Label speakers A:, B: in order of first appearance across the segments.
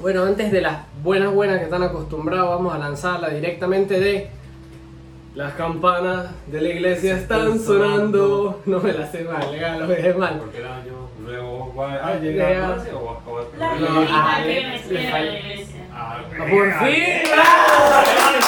A: Bueno, antes de las buenas buenas que están acostumbrados, vamos a lanzarla directamente de las campanas de la iglesia están sonando. No me las sé mal, legal, lo dejé mal.
B: Porque el año nuevo va a llegar. ¿no? ¿O va- o va-
C: La
A: No,
C: Virgen
A: ah,
C: al que
A: le-
C: nació
A: le
C: en
A: falló.
C: la iglesia.
B: Ah,
A: ¡Por fin! ¡Bravo!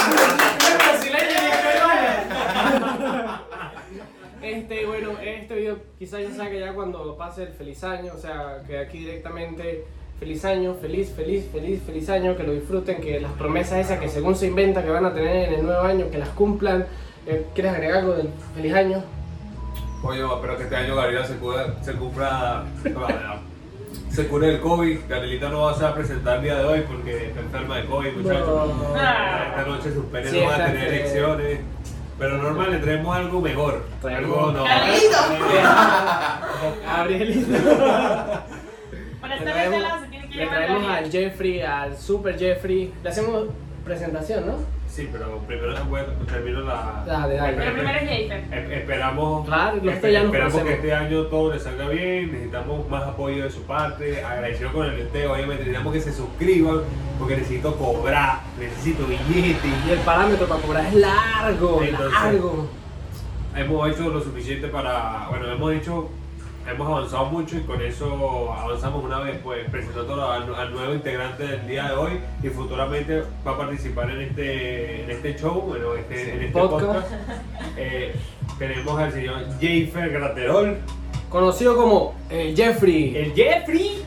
A: Este, bueno, este video quizás ya saque ya cuando pase el feliz año, o sea, que aquí directamente feliz año, feliz, feliz, feliz, feliz año, que lo disfruten, que las promesas esas que según se inventa que van a tener en el nuevo año, que las cumplan. Eh, ¿Quieres agregar algo del feliz año?
B: Oye, espero que este año Gabriela se, cubra, se cumpla. Se cure el COVID. Gabrielita no vas a presentar el día de hoy porque está enferma de COVID, muchachos.
A: No.
C: Ah.
B: Esta noche sus penes
A: Sí,
B: no van
A: está
B: a tener
A: enferma.
B: elecciones. Pero normal, le traemos algo mejor.
A: Traemos-
B: Algo no.
A: Gabrielita.
C: Para
A: Le
C: estar de este lado
A: traemos,
C: se tiene que
A: le
C: llevar la
A: traemos al
C: Virgen.
A: Jeffrey, al Super Jeffrey. Le hacemos presentación, ¿no?
B: Sí, pero primero bueno, termino la.
A: Dale, dale.
C: Pero primero es Jennifer.
B: E- Esperamos,
A: Claro, los
B: espe-
A: peruanos
B: esperamos que
A: conocemos.
B: este año todo le salga bien, necesitamos más apoyo de su parte, agradecido con el esteo, obviamente necesitamos que se suscriban, porque necesito cobrar, necesito billetes.
A: Y el parámetro para cobrar es largo,
B: Entonces,
A: largo.
B: Hemos hecho lo suficiente para, bueno, hemos hecho, hemos avanzado mucho y con eso avanzamos una vez, pues presentando al, al nuevo integrante del día de hoy y futuramente va a participar en este, en este show, bueno, este- en este
A: Podcast.
B: podcast. Eh, tenemos al señor Jayfer Graterol,
A: Conocido como el Jeffrey, el,
B: el Jeffrey.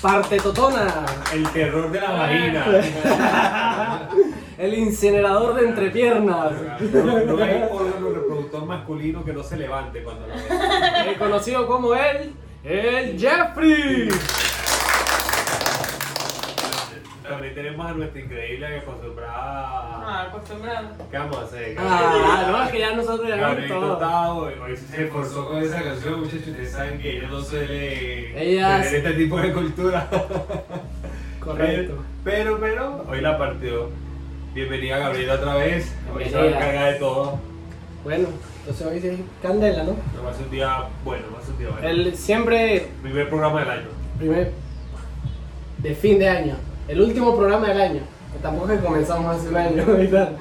A: parte totona,
B: El terror de la vagina.
A: el incinerador de entrepiernas.
B: No, no hay órgano reproductor masculino que no se levante cuando lo ve.
A: Eh, conocido como el, el Jeffrey.
B: También tenemos a nuestra increíble y acostumbrada.
C: Ah, acostumbrado.
B: ¿Qué vamos a hacer?
A: Ah, no, es que ya nosotros ya vamos
B: Gabrielito
A: todos.
B: Tao, hoy se esforzó con esa canción, muchachos. Ustedes saben que ella no suele
A: Ella
B: tener este tipo de cultura.
A: Correcto.
B: Pero, pero, hoy la partió. Bienvenida Gabriela otra vez. Hoy se va a
A: Bienvenida.
B: encargar de todo.
A: Bueno, entonces hoy sí, candela, ¿no?
B: Va a ser un día bueno, va a ser un día bueno.
A: El siempre
B: Primer programa del año.
A: primer de fin de año, el último programa del año. que Tampoco es que comenzamos hace un año, ¿verdad?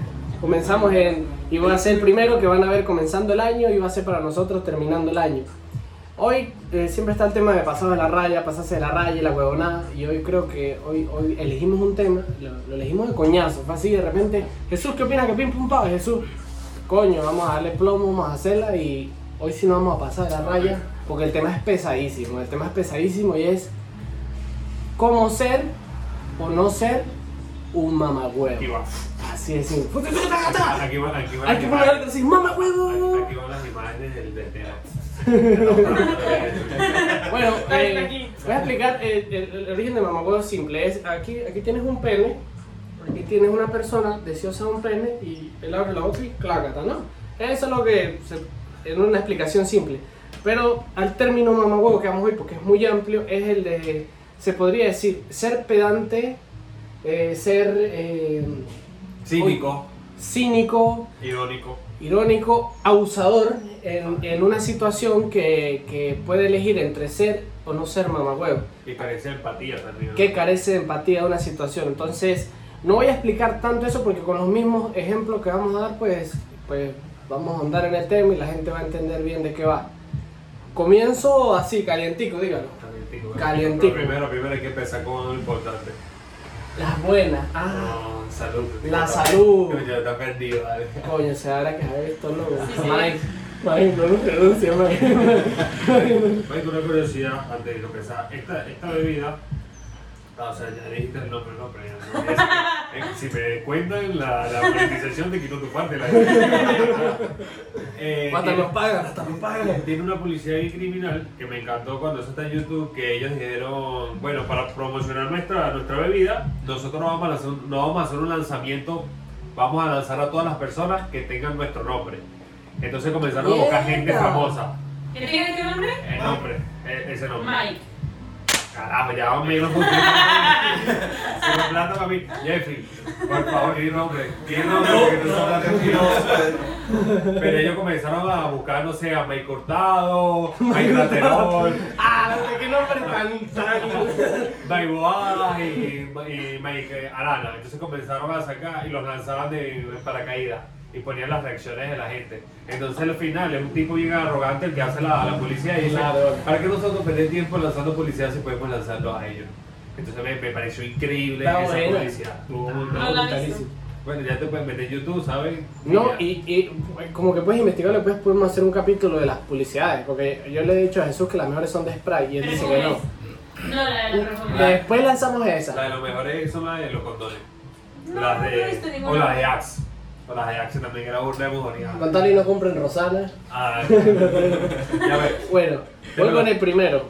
A: Comenzamos en y va a ser el primero que van a ver comenzando el año y va a ser para nosotros terminando el año. Hoy eh, siempre está el tema de pasado de la raya, pasarse de la raya y la huevonada. Y hoy creo que hoy, hoy elegimos un tema, lo, lo elegimos de coñazo. Fue así de repente, Jesús, ¿qué opina que pim pum pam? Jesús, coño, vamos a darle plomo, vamos a hacerla y hoy sí no vamos a pasar de la raya porque el tema es pesadísimo. El tema es pesadísimo y es cómo ser o no ser un
B: Aquí
A: mamagüevo.
B: va.
A: Así es. sí.
B: Aquí va, aquí va.
A: Hay que poner algo así, mamagüevo.
B: Aquí van las imágenes del del tema.
A: Bueno,
C: Está
A: eh,
C: aquí.
A: voy a explicar eh, el, el origen de mamagüevo simple. Es aquí, aquí tienes un pene, aquí tienes una persona deseosa de un pene y él abre la boca y clácata, ¿no? Eso es lo que, se- en una explicación simple. Pero al término mamagüevo que vamos hoy, porque es muy amplio, es el de, se podría decir, ser pedante, eh, ser eh,
B: Cínico,
A: cínico,
B: irónico.
A: irónico, abusador en, en una situación que, que puede elegir entre ser o no ser mamagüevo,
B: Y carece de empatía también. ¿no?
A: que carece de empatía de una situación. Entonces, no voy a explicar tanto eso porque con los mismos ejemplos que vamos a dar, pues, pues vamos a andar en el tema y la gente va a entender bien de qué va. Comienzo así, calientico, dígalo.
B: Calientico. ¿no?
A: Calientico.
B: Pero Primero, primero hay que empezar con lo importante.
A: Las buenas. Ah,
B: No, salud.
A: La salud.
B: Ya está perdido, dale.
A: coño, se habrá que haber esto, no.
C: sí.
A: Mike, Mike, no lo pronuncia, Mike.
B: Hay una curiosidad antes de empezar. Esta, esta bebida. ah, o sea, ya dijiste el nombre, no, pero ya no. Es- eh, si me cuentan la, la monetización, te quito tu parte. La eh,
A: Hasta
B: tiene-
A: nos pagan, hasta nos pagan.
B: Tiene una publicidad bien criminal que me encantó cuando eso está en YouTube, que ellos dijeron, bueno, para promocionar nuestra, nuestra bebida, nosotros no vamos, a lanzar, un- no vamos a hacer un lanzamiento, vamos a lanzar a todas las personas que tengan nuestro nombre. Entonces comenzaron a buscar gente
A: Mierda.
B: famosa.
C: ¿Quién te dijo tu este nombre?
B: El nombre, e- ese nombre.
C: Mike.
B: Carajo, ya vamos a ir a un punto. Se me plata para mí. Jeffrey, por favor, di nombre. Di nombre porque no son las respuestas. Pero ellos comenzaron a buscar, no sé, a Mike Cortado, Mike Raterol,
A: Ah, no sé qué nombre tan. tan-
B: Mike Boadas y, y Mike Arana. Entonces comenzaron a sacar y los lanzaban de paracaídas y ponían las reacciones de la gente. Entonces al final es un tipo bien arrogante el que hace la, la policía y dice,
A: Claro.
B: ¿para qué nosotros perder tiempo lanzando policía si podemos lanzarlos a ellos? Entonces me, me pareció increíble
A: Está
B: esa
A: buena.
B: policía. Estuvo
A: No,
B: brutal.
C: No la he
A: brutalísimo.
C: visto.
B: Bueno, ya te puedes meter en YouTube, ¿sabes?
A: No,
B: ya.
A: y, y como que puedes investigarlo, después podemos hacer un capítulo de las publicidades, porque yo le he dicho a Jesús que las mejores son de spray y él
C: Pero
A: dice
C: ¿cómo
A: que no.
C: es? No, la de la reforma.
A: Después lanzamos
B: La de
A: esa.
B: los mejores son las de los condones.
C: No,
B: las
C: no he visto
B: de, o
C: ninguna.
A: eh.
B: las de Axe. O las de Axe también era burda de mojonía.
A: Con tal y no compren Rosana.
B: Ah, ya ves.
A: Bueno, voy
B: Pero-
A: con el primero.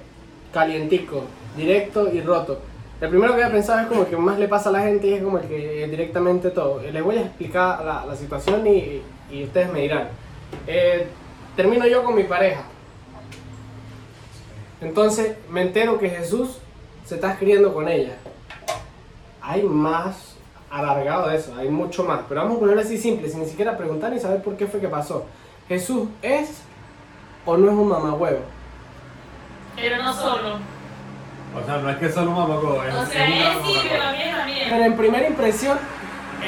A: Calientico, directo y roto. El primero que había pensado es como que más le pasa a la gente y es como que directamente todo. Les voy a explicar la, la situación y, y ustedes me dirán. Eh, termino yo con mi pareja. Entonces me entero que Jesús se está escribiendo con ella. Hay más alargado de eso, hay mucho más. Pero vamos a ponerlo así simple, sin ni siquiera preguntar ni saber por qué fue que pasó. Jesús es o no es un mamagüevo.
C: Pero no solo.
B: O sea, no es que es solo un mamaco, es
C: O sea,
B: es un gran
C: él sí, pero
B: mamaco.
C: también,
A: Pero
C: también.
A: en primera impresión,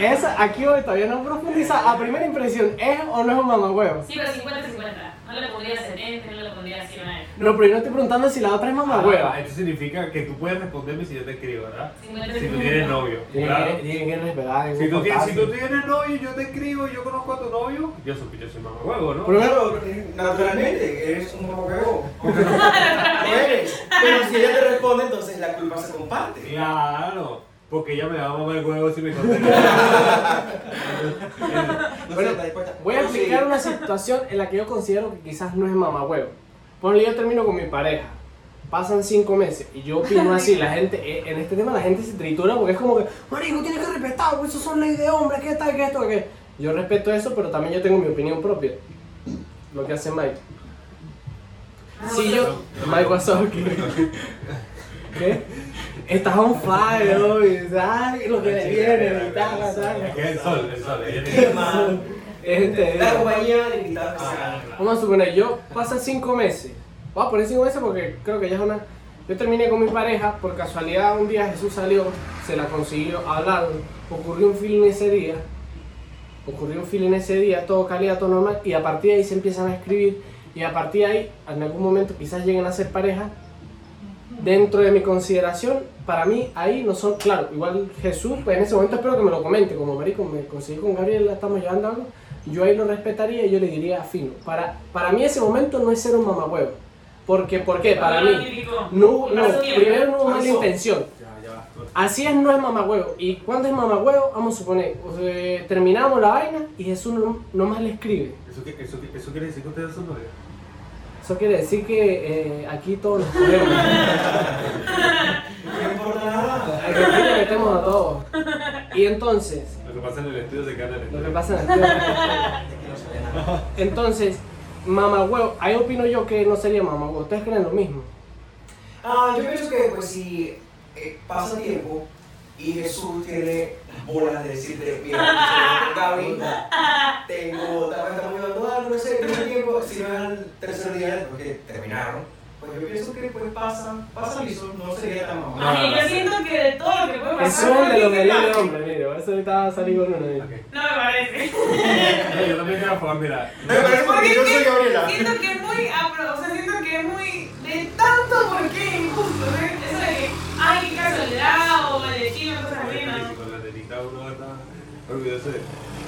A: es aquí hoy todavía no profundiza. A primera impresión, ¿es o no es un mamagüevo?
C: Sí, pero 50-50. No le pondría 70, no le pondría 100 a él.
A: No, pero yo no estoy preguntando si la otra es
B: Ah,
A: mamagüeva.
B: Esto significa que tú puedes responderme si yo te escribo, ¿verdad?
C: Cincuenta
B: Si tú
C: cincuenta.
B: tienes novio, claro.
A: Tienen que respetar. es
B: Si tú, tienes, si tú
A: importante.
B: tienes novio, yo te escribo, yo conozco a tu novio, yo soy, yo soy mamahuevo, ¿no?
A: Pero-
D: Claro, naturalmente, eres un mamacuevo. Lo eres. Pero si ella te responde, entonces la culpa se comparte.
B: Claro, porque ella me va a mamar el huevo si me contesta.
A: Bueno, Voy a explicar una situación en la que yo considero que quizás no es mamagüevo. Ponle, yo termino con mi pareja. Pasan cinco meses y yo opino así, la gente, eh, en este tema la gente se tritura porque es como que, marico, tienes que respetar, porque eso son leyes de hombres, que tal, que esto, que Yo respeto eso, pero también yo tengo mi opinión propia. Lo que hace Mike. Si yo... Mike Wazowski. ¿Qué? Estás on fire, hoy, ¿sabes? Lo que
B: Ah,
A: le viene, y tal,
B: Es
A: tal.
B: que es el sol, el sol. ella
D: ¿Qué
B: tiene-
D: más?
A: Este,
D: La compañía del invitado
B: Ah,
D: especial.
B: claro.
A: Vamos a suponer, yo pasan cinco meses. Voy a poner cinco meses porque creo que ya es una. Yo terminé con mi pareja, por casualidad un día Jesús salió, se la consiguió, hablaron, ocurrió un feeling ese día, ocurrió un feeling ese día, todo calidad, todo normal, y a partir de ahí se empiezan a escribir, y a partir de ahí, en algún momento quizás lleguen a ser pareja. Dentro de mi consideración, para mí ahí no son, claro, igual Jesús, pues en ese momento espero que me lo comente, como marico, me conseguí con Gabriela, estamos llevando algo, yo ahí lo respetaría y yo le diría fino. Para, para mí ese momento no es ser un mamahuevo. Porque, ¿por qué? Para
C: No lo
A: mí.
C: criticó.
A: No, no,
C: Pasó tiempo.
A: primero no hubo mala
D: Pasó.
A: intención.
B: Ya, ya va.
A: Así es, no es mamahuevo. ¿Y cuándo es mamahuevo? Vamos a suponer, o sea, terminamos la vaina y Jesús no, no más le escribe.
B: ¿Eso, qué- eso, qué- eso quiere decir que ustedes son novios?
A: Eso quiere decir que eh, aquí todos nos podemos.
D: No importa nada.
A: Aquí le metemos a todos. Y entonces,
B: Lo que pasa en el estudio se queda en el
A: lo
B: estudio.
A: que pasa en el
D: Aquí no se ve nada.
A: Entonces, mamahuevo, ahí opino yo que no sería mamahuevo. ¿Ustedes creen lo mismo?
D: Ah, yo pienso que pues si eh, pasa tiempo y Jesús tiene las bolas de decirte, mira, soy Gaby, tengo, estamos llevando algo, no sé, tengo tiempo, si no es al tercer día después que terminaron, pues yo pienso que pues pasa, pasa y eso no sería tan mamá.
C: Ay, yo siento que de todo lo que puede
A: Es
C: pasar.
A: un de los
C: no
A: del
C: me-
A: hombre, mire, por eso ahorita salí con uno. mire.
B: Ok.
C: No me parece.
B: No, yo también quiero favor, mira.
D: No, pero es porque yo soy Gabriela.
C: Siento que es muy, apro- o sea, siento que es muy de tanto por qué injusto, ¿eh? Eso de que, ay, qué casualidad, o el destino, cosas así, ¿no?
B: Con la tetita uno está orgulloso de-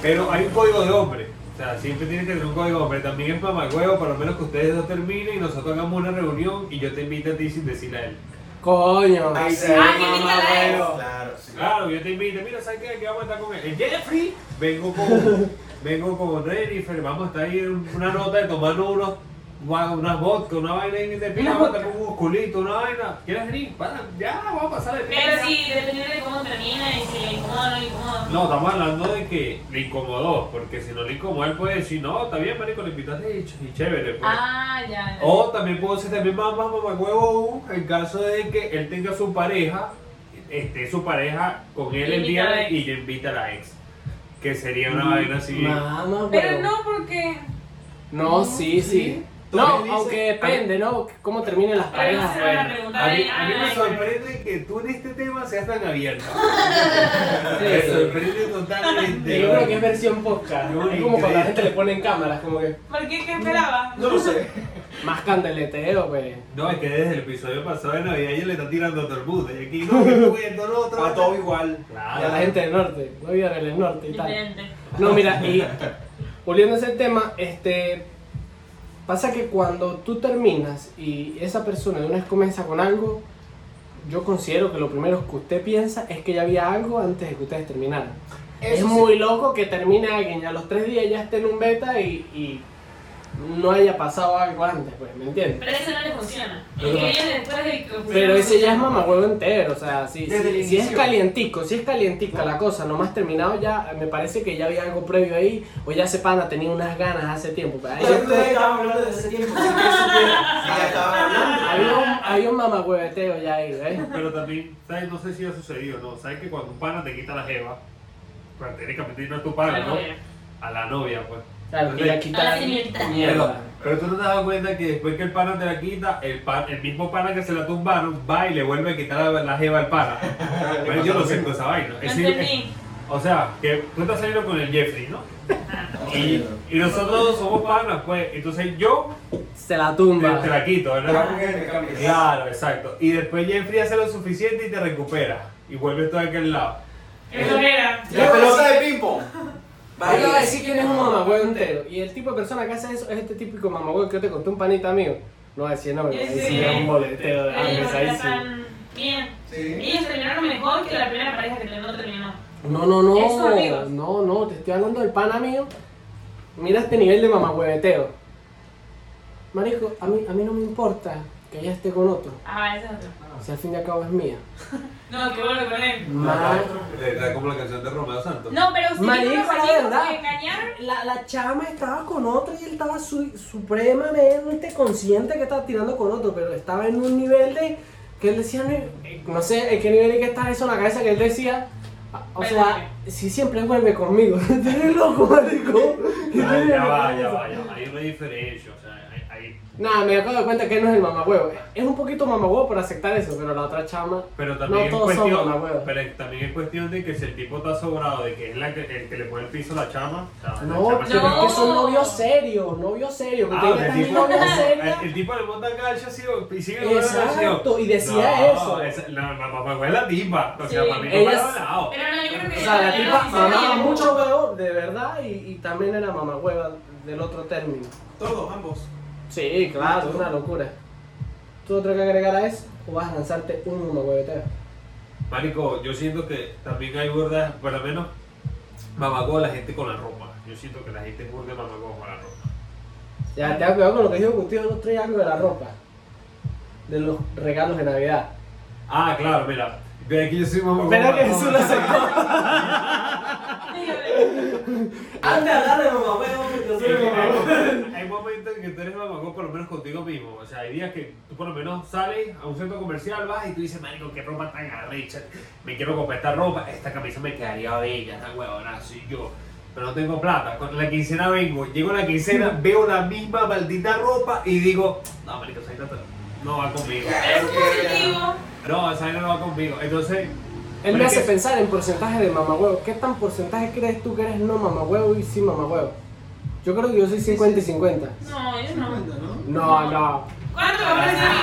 B: Pero hay un código de hombre. O sea, siempre tienes que tener un código de hombre. También es mamagüevo, por lo menos que ustedes dos terminen y nosotros hagamos una reunión y yo te invito a ti sin decirle a él.
A: Coño.
D: Ahí se
C: ve,
D: ve
C: Ah, mamá, invítala a él.
A: huevo.
D: Claro, sí.
B: Claro, yo te invito. Mira, ¿sabes qué? Aquí vamos a estar con el Jeffrey. Vengo con, vengo con Jennifer. Vamos a estar ahí en una nota de tomarnos unos gua- unas vodka, una vaina y de pila,
A: Unas
B: vamos a estar con un culito, una vaina. ¿Quieres venir? Para, ya, vamos a pasar de pila.
C: Pero sí, dependiendo de cómo termina y si le incomoda o no le incomoda.
B: No, estamos hablando de que le incomodó, porque si no le incomodó, él puede decir, no, está bien, marico, le invitaste y, ch- y chévere. pues".
E: Ah, ya. ya.
C: Oh,
B: O también puedo ser también más más huevo en caso de que él tenga su pareja, esté su pareja con él el
E: Invita a la
B: día
E: ex.
B: y yo invita a la ex. Que sería
A: Mm,
B: una vaina así.
A: Mamá,
E: Pero
A: huevo.
E: no, porque.
A: No, sí, sí. No,
D: También dice-
A: aunque depende, ¿no? Cómo terminen las
E: Pero no
A: parejas.
E: se
A: güey.
E: van a preguntar.
B: A mí,
E: ahí,
B: a mí me
E: ay,
B: sorprende que tú en este tema seas tan abierta.
A: Sí,
B: Me
A: sí.
B: sorprende totalmente.
A: Yo creo que es versión podcast.
B: No,
A: Es como cuando
B: increíble.
A: la gente le pone en cámaras, como que
C: ¿Por qué? ¿Qué esperaba?
D: No lo sé.
A: más candeleteo, pues.
B: No, es que desde el episodio pasado de Navidad ella le está tirando a todo el mundo. Y aquí no, que tú esto, lo otro.
D: A todo igual.
A: A
B: Claro.
A: la gente del norte, no vivan en el norte y tal.
E: Diferente.
A: No, mira, y volviendo a ese tema, este. Pasa que cuando tú terminas y esa persona de una vez comienza con algo, yo considero que lo primero que usted piensa es que ya había algo antes de que ustedes terminaran. es
D: Eso sí.
A: muy loco que termine alguien y a los tres días ya esté en un beta y, y no haya pasado algo antes, pues, ¿me entiendes?
E: Pero eso no le funciona. Es que ellos después de que funciona,
A: Pero ese ya es
E: funciona.
A: mamahuevo entero, o sea, si,
D: Desde
A: si,
D: el
A: si es
D: inicio.
A: calientico, si es calientica la cosa, nomás terminado ya, me parece que ya había algo previo ahí, o ya se pana, tenía unas ganas hace tiempo. pero ahí-
D: Ya ustedes estaban hablando desde ese tiempo. Si ustedes supieran, Ah, ya estaban hablando.
A: había un, había un mamahueveteo ya ahí, ¿ves?
B: Pero también, ¿sabes? No sé si ha sucedido, ¿no? ¿Sabes que cuando un pana te quita la jeva, pues técnicamente no es tu pana,
E: La
B: ¿no?
E: novia.
B: A la novia, pues.
A: Claro, que la quitar-
E: A la señorita.
B: Pero,
A: Mierda.
B: pero tú no te has dado cuenta que después que el pana te la quita, el, pan, el mismo pana que se la tumbaron va y le vuelve a quitar la, la jeva al pana. Bueno, yo lo siento esa vaina.
E: No
B: Es decir,
E: entendí.
B: O sea, que tú estás saliendo con el Jeffrey, ¿no? Y, y nosotros somos panas, pues. Entonces yo
A: Se la
B: te,
A: tumba.
B: te la quito,
D: La
B: ¿verdad?
D: mujer me cambia.
B: Claro, exacto. Y después Jeffrey hace lo suficiente y te recupera. Y vuelves todo de aquel lado.
C: Eso era.
D: La pelota de ping-pong.
A: Ahí va a decir quién es un mamagüeo entero. Y el tipo de persona que hace eso es este típico mamagüeo que yo te conté un panita mío. No va a decir nombre,
C: Sí,
A: ahí
C: sí.
A: sí era un boleteo de
E: Ellos
A: Andes,
C: pues
E: se
A: ahí sí.
E: tratan bien.
D: Sí.
E: Ellos terminaron mejor que la primera pareja que no terminó.
A: No, no,
E: Eso,
A: no.
E: amigos.
A: No, no, te estoy hablando del pana mío. Mira este nivel de mamagüeveteo. Marico, a mí, a mí no me importa que ella esté con otro.
E: Ah, ese es otro.
A: Si al fin y al cabo es mía.
C: No, que vuelve con él.
A: Ma-
B: Está como eh, la canción de Romeo Santos.
E: No, pero sí
A: Marico, la
E: tiene unos amigos
A: verdad.
E: que engañaron.
A: La, la chama estaba con otro y él estaba su- supremamente consciente que estaba tirando con otro, pero estaba en un nivel de que él decía, Eh, no, no sé en qué nivel hay que estar eso en la cabeza que él decía, ah, o sea, si siempre vuelve conmigo, eres loco, marico.
B: Ya, ya va, ya va, ya va. Hay una diferencia. O sea, hay, hay-
A: Nada, me acabo de cuenta que él no es el mamahuevo. Es un poquito mamahuevo por aceptar eso, pero la otra chama.
B: Pero también,
A: No
B: es
A: todos son
B: cuestión,
A: mamahuevos.
B: pero también es cuestión de que si el tipo está sobrado, de que es la que, el que le pone el piso a la chama, o sea, la
A: No,
B: chama
A: pero
B: se-
A: es que son novios serios, novios serios. que
B: Ah,
A: tienen
B: o sea,
A: que estar
B: el
A: en
B: tipo- eh,
A: novia
B: el,
A: seria.
B: el tipo le monta cacho así o- y sigue con la
A: Exacto,
B: relación.
A: y decía eso.
B: No, esa- la mamá fue la tipa. O sea,
E: Sí.
B: para mí no
A: Ella
B: me
A: es-
B: ha hablado.
E: Pero no, yo creo que.
A: O sea, la tipa
E: no, sí se
A: mamaba
E: veía.
A: mucho huevo, de verdad, y, y también era mamahueva del otro término.
D: Todos, ambos.
A: Sí, claro, una locura. ¿Tú otro que agregar a eso? ¿O vas a lanzarte un mamahueveteo?
B: Marico, yo siento que también hay burdas, por lo menos, mamagó a la gente con la ropa. Yo siento que la gente es burda mamagó con la ropa.
A: Ya, te has cuidado con lo que dijo contigo, no trae algo de la ropa. De los regalos de Navidad.
B: Ah, claro, mira. Ve aquí yo soy mamagó.
A: Espera que Jesús lo sacó.
D: Antes de hablar de mamá, bueno, yo soy mamá.
B: Hay momentos en que tú eres mamagó, por lo menos contigo mismo. O sea, hay días que tú por lo menos sales a un centro comercial, vas y tú dices, marico, qué ropa tan arrecha. Me quiero comprar esta ropa, esta camisa me quedaría bella, esta huevona, soy yo. Pero no tengo plata. Con la quincena vengo, llego a la quincena, veo la misma maldita ropa y digo, no, marico, esa vaina no va conmigo.
E: Pero es positivo.
B: No, esa vaina no va conmigo. Entonces,
A: Él
B: Pero
A: me
B: es
A: hace
B: que-
A: pensar en porcentaje de mamahuevo. ¿Qué tan porcentaje crees tú que eres no mamahuevo y sí mamahuevo? Yo creo que yo soy 50 y 50.
E: No, yo no.
A: No, no.
C: ¿Cuánto me parece a mí?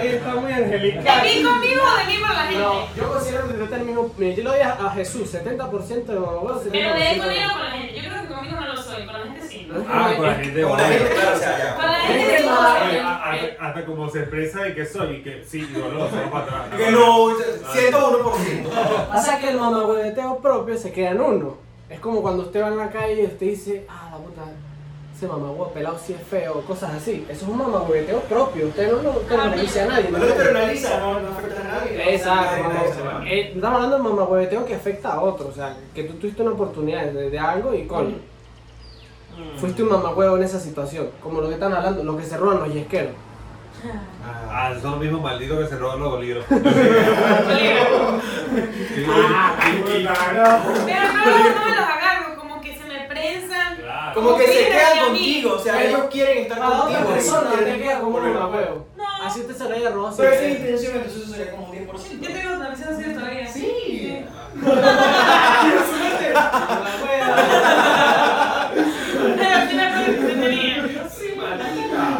A: Ahí está muy angelical.
C: ¿De mí conmigo o de mí por la gente?
A: No, yo considero que yo termino. mira, Yo le doy a, a Jesús 70% de mamahuevo, 70%
E: Pero de eso
A: de-
E: digo con la gente. Yo creo que conmigo no lo soy, con la gente sí.
A: No.
B: ah, con la gente
D: Con la
B: bueno.
D: gente, claro, o sea,
E: Con
D: ya.
E: la gente
A: Es que
E: sí.
A: no,
B: Oye,
E: no.
B: a- a- hasta como se expresa de que soy y que sí, digo, no, solo para atrás.
D: Que no, 101%.
A: Pasa que el mamahueveteo propio se queda en uno. Es como cuando usted va en la calle y usted dice, ah, la puta, ese mamagüe pelado sí es feo, cosas así. Eso es un mamagüeteo propio, usted no lo usted no
E: Ah,
A: lo dice a nadie. ¿no?
D: Pero te lo analiza, no, no afecta a nadie.
A: Exacto.
D: No,
A: mamagüe-
D: no, no, no.
A: eh, Estamos hablando de un mamagüeteo que afecta a otro, o sea, que tú tuviste una oportunidad de, de algo y coño. Fuiste un mamagüeo en esa situación, como lo que están hablando, lo que se roban los yesqueros.
D: Ah,
B: Ah, son los mismos malditos que se roban los bolígrafos.
D: Ah,
E: Pero no, no me los agarro, como que se me prensan.
B: Claro.
D: Como que se
E: Mira, y a
D: quedan
E: mí.
D: contigo, o sea, ellos quieren estar
A: A
D: contigo.
A: otra persona
D: ellos
A: te
D: quieren-
A: queda como un mamagüeo.
E: No.
A: Así usted se lo haya robado.
D: Pero
A: sin
D: esa es
A: querer.
D: intención, entonces eso sería como 10%.
E: Yo tengo también así todavía.
D: Sí.
E: Pero sí me acuerdo que se tenía.
D: Sí, maldita.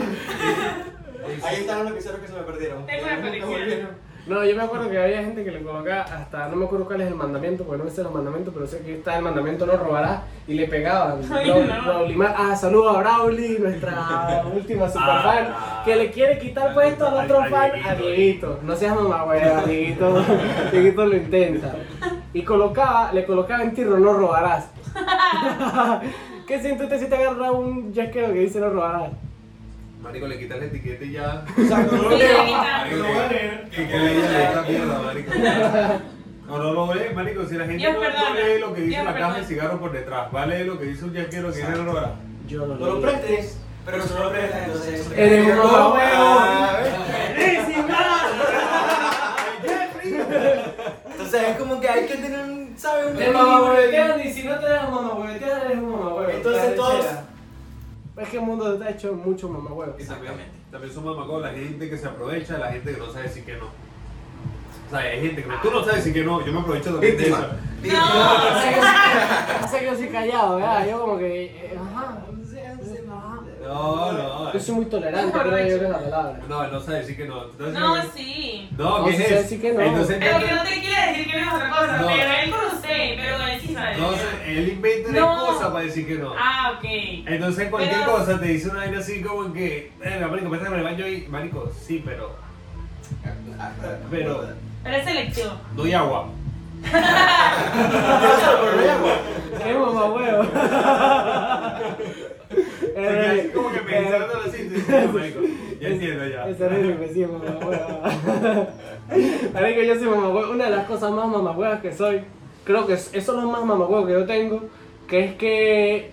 D: Ahí están los pizarros que se me perdieron.
E: Tengo una colección.
D: Me volvieron.
A: No, yo me acuerdo que había gente que le colocaba hasta, no me acuerdo cuál es el mandamiento, porque no me sé los mandamientos, pero sé que está el mandamiento no robarás y le pegaban.
E: Ay,
A: Brauli-
E: no.
A: Brauli Mar- ah, saludos a Brauli, nuestra última superfan,
B: Ah.
A: que le quiere quitar puesto al otro
B: Al- al
A: fan,
B: amiguito.
A: amiguito. No seas mamá, amiguito. amiguito lo intenta. Y colocaba, le colocaba en tiro, no robarás. ¿Qué siente usted si te agarra un yasquero que dice no robarás?
B: Marico, le quitas la etiqueta y ya.
D: O sea, no lo
E: Sí,
D: leo.
E: ahí está.
D: No Ah, lo voy a leer.
B: Y que le diga esta mierda, marico. No, no lo ve, marico. Si la gente
E: Dios
B: no,
E: perdona.
B: no lee lo que dice
E: Dios
B: la caja de
E: perdona.
B: cigarro por detrás, va a leer lo que dice un yaquero que dice no lo hará.
A: Yo no
D: No lo
A: leí.
D: prestes, pero si no lo prestas, entonces.
A: Eres un mamagüeo.
D: Ah, Entonces es como que hay que tener un. ¿Sabes? Un
A: Te mamahuevetean y si no te dejan mamahuevetear eres un mamahuevo.
D: Entonces todos-
A: Es que el mundo está hecho de muchos mamahuevos.
B: Y también, también son mamacos la gente que se aprovecha, la gente que no sabe decir que no. O sea, hay gente que no, tú no sabes decir que no, yo me aprovecho también de eso.
E: No.
A: Pasa que yo soy callado, ¿verdad? Yo como que... eh, ajá, no sé, no sé, ajá.
B: No, no.
A: Yo soy muy tolerante, creo yo que es la palabra.
B: No, él no sabe decir que no. Entonces, eh,
E: No, sí.
B: No,
A: No,
B: ¿qué
A: sí
B: es?
A: sabe decir que no.
B: Entonces,
E: Pero que no te quiere decir que no es otra cosa.
B: No.
E: Pero él con usted, pero él sí sabe.
B: entonces, él inventa una
E: No.
B: cosa para decir que no.
E: Ah, ok.
B: Entonces cualquier
E: Pero-
B: cosa te dice una vaina así como que, eh, marico, métete en el baño y, marico, sí, pero,
D: Ah,
B: pero,
E: Pero es selectivo.
B: doy agua.
A: ¡Qué mamahuevo!
B: Se queda así como que pensándolo así, sí, sí, no, marico, ya entiendo ya.
A: Eh, Es horrible que sí, mamahueva. Marico, yo soy mamahueva. Una de las cosas más mamahuevas que soy, creo que es- eso es lo más mamahuevo que yo tengo, que es que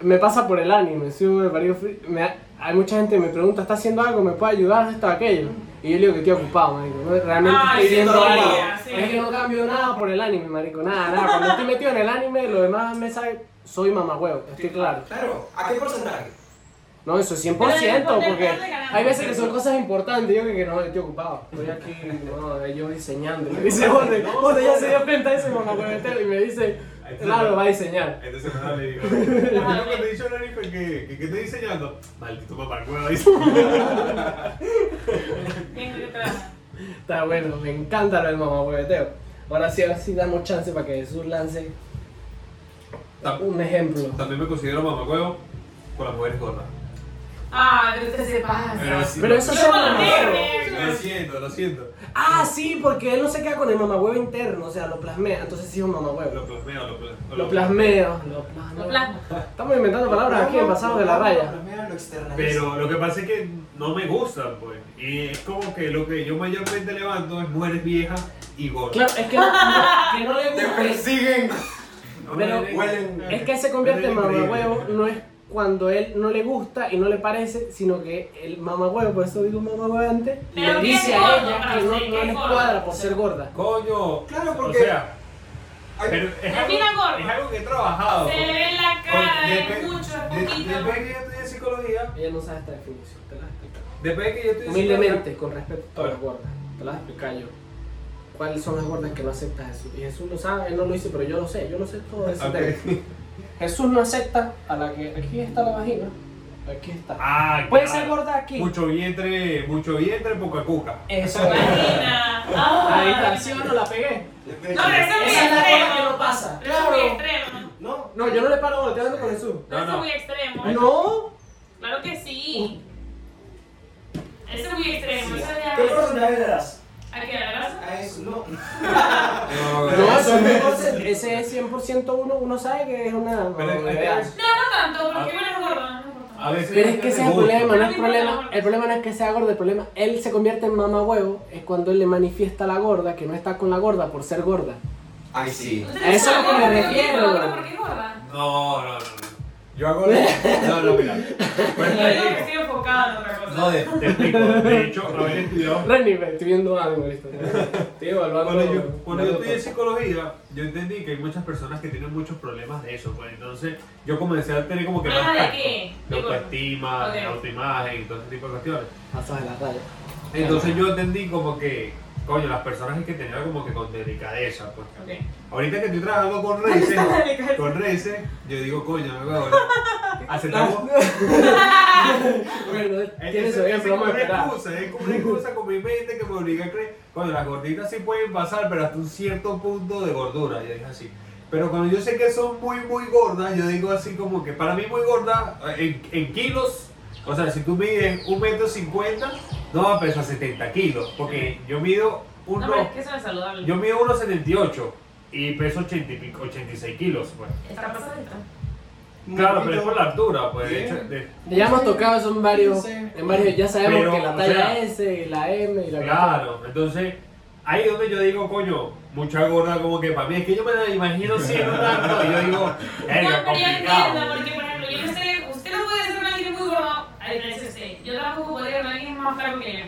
A: me pasa por el anime. soy un marico fri- me da- hay mucha gente que me pregunta, ¿estás haciendo algo? ¿Me puede ayudar? ¿Esto, aquello? Y yo le digo que estoy ocupado, marico. ¿no? Realmente
E: Ay,
A: estoy viendo
E: sí,
A: algo.
E: sí.
A: Es que no cambio nada por el anime, marico. Nada, nada. Cuando estoy metido en el anime, lo demás me sabe... Soy mamahuevo, estoy claro.
D: Claro, ¿a qué porcentaje?
A: No, eso es 100%,
E: Pero de-
A: porque
E: de- de ganar.
A: hay veces que son cosas importantes. Yo que, que no, estoy ocupado. Estoy aquí, no, yo diseñando. Y me dice, Jorge, Jorge ya se dio cuenta de ese monocuevetero y me dice, claro, va a diseñar.
B: Entonces ahora le digo, yo cuando he dicho a Nani que, que, que estoy diseñando, maldito papá, cueva, dice.
E: Tengo que trabajar.
A: Está bueno, me encanta lo del mamacueveteo. Ahora sí, ahora sí damos chance para que Jesús lance
B: Tam-
A: un ejemplo.
B: También me considero mamacuevo con las mujeres gordas.
E: Ah, pero usted se pasa.
B: sí,
A: Pero eso
E: Yo
A: es
E: con los
A: mamacuevo.
E: negros.
B: Lo siento, lo siento.
A: Ah, sí, porque él no se queda con el mamacuevo interno, o sea, lo plasmea. Entonces sí es un
B: Lo
A: mamacuevo.
B: plasmeo, lo plasmeo.
A: Lo plasmeo. Lo
E: Lo
A: plasmeo.
E: plasma.
A: Estamos inventando palabras aquí en Pasados de la Raya.
B: Pero lo que pasa es que no me gustan, pues. Y es como que lo que yo mayormente levanto es mujeres viejas y gordas.
A: Claro, es que no, no- que no le
D: Te
A: gusta.
D: persiguen.
A: pero
D: huelen-
A: Es que se convierte en mamahuevo, no es cuando él no le gusta y no le parece, sino que el mamahuevo, por eso digo mamahuevo antes,
E: Pero
A: le
E: que es
A: dice a
E: gordo,
A: ella que
E: parece,
A: no,
E: que
A: no
E: es
A: les
E: gordo.
A: cuadra por ser gorda.
B: Coño.
D: Claro,
B: O
D: porque-
B: sea, pero es, algo,
E: Termina gordo.
B: es algo que he trabajado. pues.
E: Se le ve en la cara, es mucho, es poquito.
B: Después que yo estudié psicología,
A: Ella no sabe esta definición, te la explico.
B: después que yo estudié
A: Humildemente, con respeto a las gordas, te la explico yo. ¿Cuáles son las gordas que no acepta Jesús? Y Jesús lo sabe, él no lo dice, pero yo lo sé, yo lo sé todo ese
B: psicología.
A: tema. Jesús no acepta a la que aquí está la vagina, aquí está.
B: Ah,
A: Puede
B: claro.
A: ser gorda aquí.
B: Mucho vientre, mucho vientre, poca cuca.
A: Eso es.
E: Imagina. Ah.
A: Ahí está, ¿sí o no la pegué?
E: No, pero eso es muy
A: Esa es la
E: extremo.
A: cosa que no pasa.
E: Pero eso es muy extremo.
D: No.
A: No, yo no le paro volteando con Jesús.
E: Pero
B: No, no.
E: eso es muy extremo.
A: No,
E: Claro que sí. Eso es muy extremo. Eso
D: ¿Qué
E: ya.
D: porcentaje le das?
E: ¿A qué? ¿A la grasa?
D: A eso, no.
B: No,
A: no, eso es un ese es 100% uno, uno sabe que es una...
B: Pero es-
A: novedad.
B: es-
E: No, no tanto, porque bueno, es gordo, no importa.
B: A veces
A: Pero es que ese es el
B: gusta.
A: problema, no es
E: Pero
A: problema. El problema no es que sea gordo, el problema él se convierte en mamá huevo, es cuando él le manifiesta a la gorda que no está con la gorda por ser gorda.
D: Ay, sí.
E: Ustedes
A: A eso es lo que
E: saben,
A: me
E: ¿no?
A: refiero,
E: ¿Por qué
A: bro.
E: ¿Por qué gorda?
B: No, no, no. no. Yo hago. No, no, mira.
E: Yo
B: Pues,
E: digo que estoy enfocada en otra cosa.
B: No, de- te explico. De hecho, haber estudiado.
A: Reni, estoy viendo algo, listo. Estoy evaluando.
B: Cuando yo, cuando yo
A: evaluando
B: estudié
A: todo.
B: psicología, yo entendí que hay muchas personas que tienen muchos problemas de eso. Pues entonces, yo comencé a tener como que más
E: ¿Problemas de
B: tacto,
E: qué?
B: De autoestima, de
E: Ok.
B: autoimagen y todo ese tipo de cuestiones.
A: Pasas de la raya.
B: Entonces yo entendí como que, coño, las personas hay que tener como que con delicadeza. Pues.
E: Ok.
B: Ahorita que estoy trabajando con Reise, con Reise, yo digo, coño, ahora aceptamos.
A: Bueno,
B: Es-
A: tiene
B: Este es-
A: su bien,
B: es
A: pero
B: como
A: vamos a
B: una
A: esperar.
B: excusa, es como una excusa con mi mente que me obliga a creer. Cuando las gorditas sí pueden pasar, pero hasta un cierto punto de gordura, yo dije así. Pero cuando yo sé que son muy, muy gordas, yo digo así como que para mí muy gorda, eh, en, en kilos, o sea, si tú mides un metro cincuenta, no va a pesar 70 kilos, porque yo mido un
E: No, pero es que eso no es saludable.
B: yo mido 1,78 y peso 80 y pico- 86 kilos. Pues.
E: Está pasadita.
B: Claro, pero es por la altura, pues. de hecho,
D: Bien.
B: de-
A: Ya hemos tocado eso en varios,
D: Sí.
A: en varios ya sabemos
B: Pero,
A: que la
B: o
A: talla
B: sea,
A: S, la M y la
B: claro, entonces ahí es donde yo digo, coño, mucha gorda como que para mí. Es que yo me la imagino siendo una gorda y yo digo,
E: No,
B: verga,
E: pero yo entiendo,
B: complicado.
E: porque por ejemplo, yo no sé, usted no puede ser un alguien muy gordo, a diferencia de usted. Yo tampoco podría ser un alguien más flaco que yo.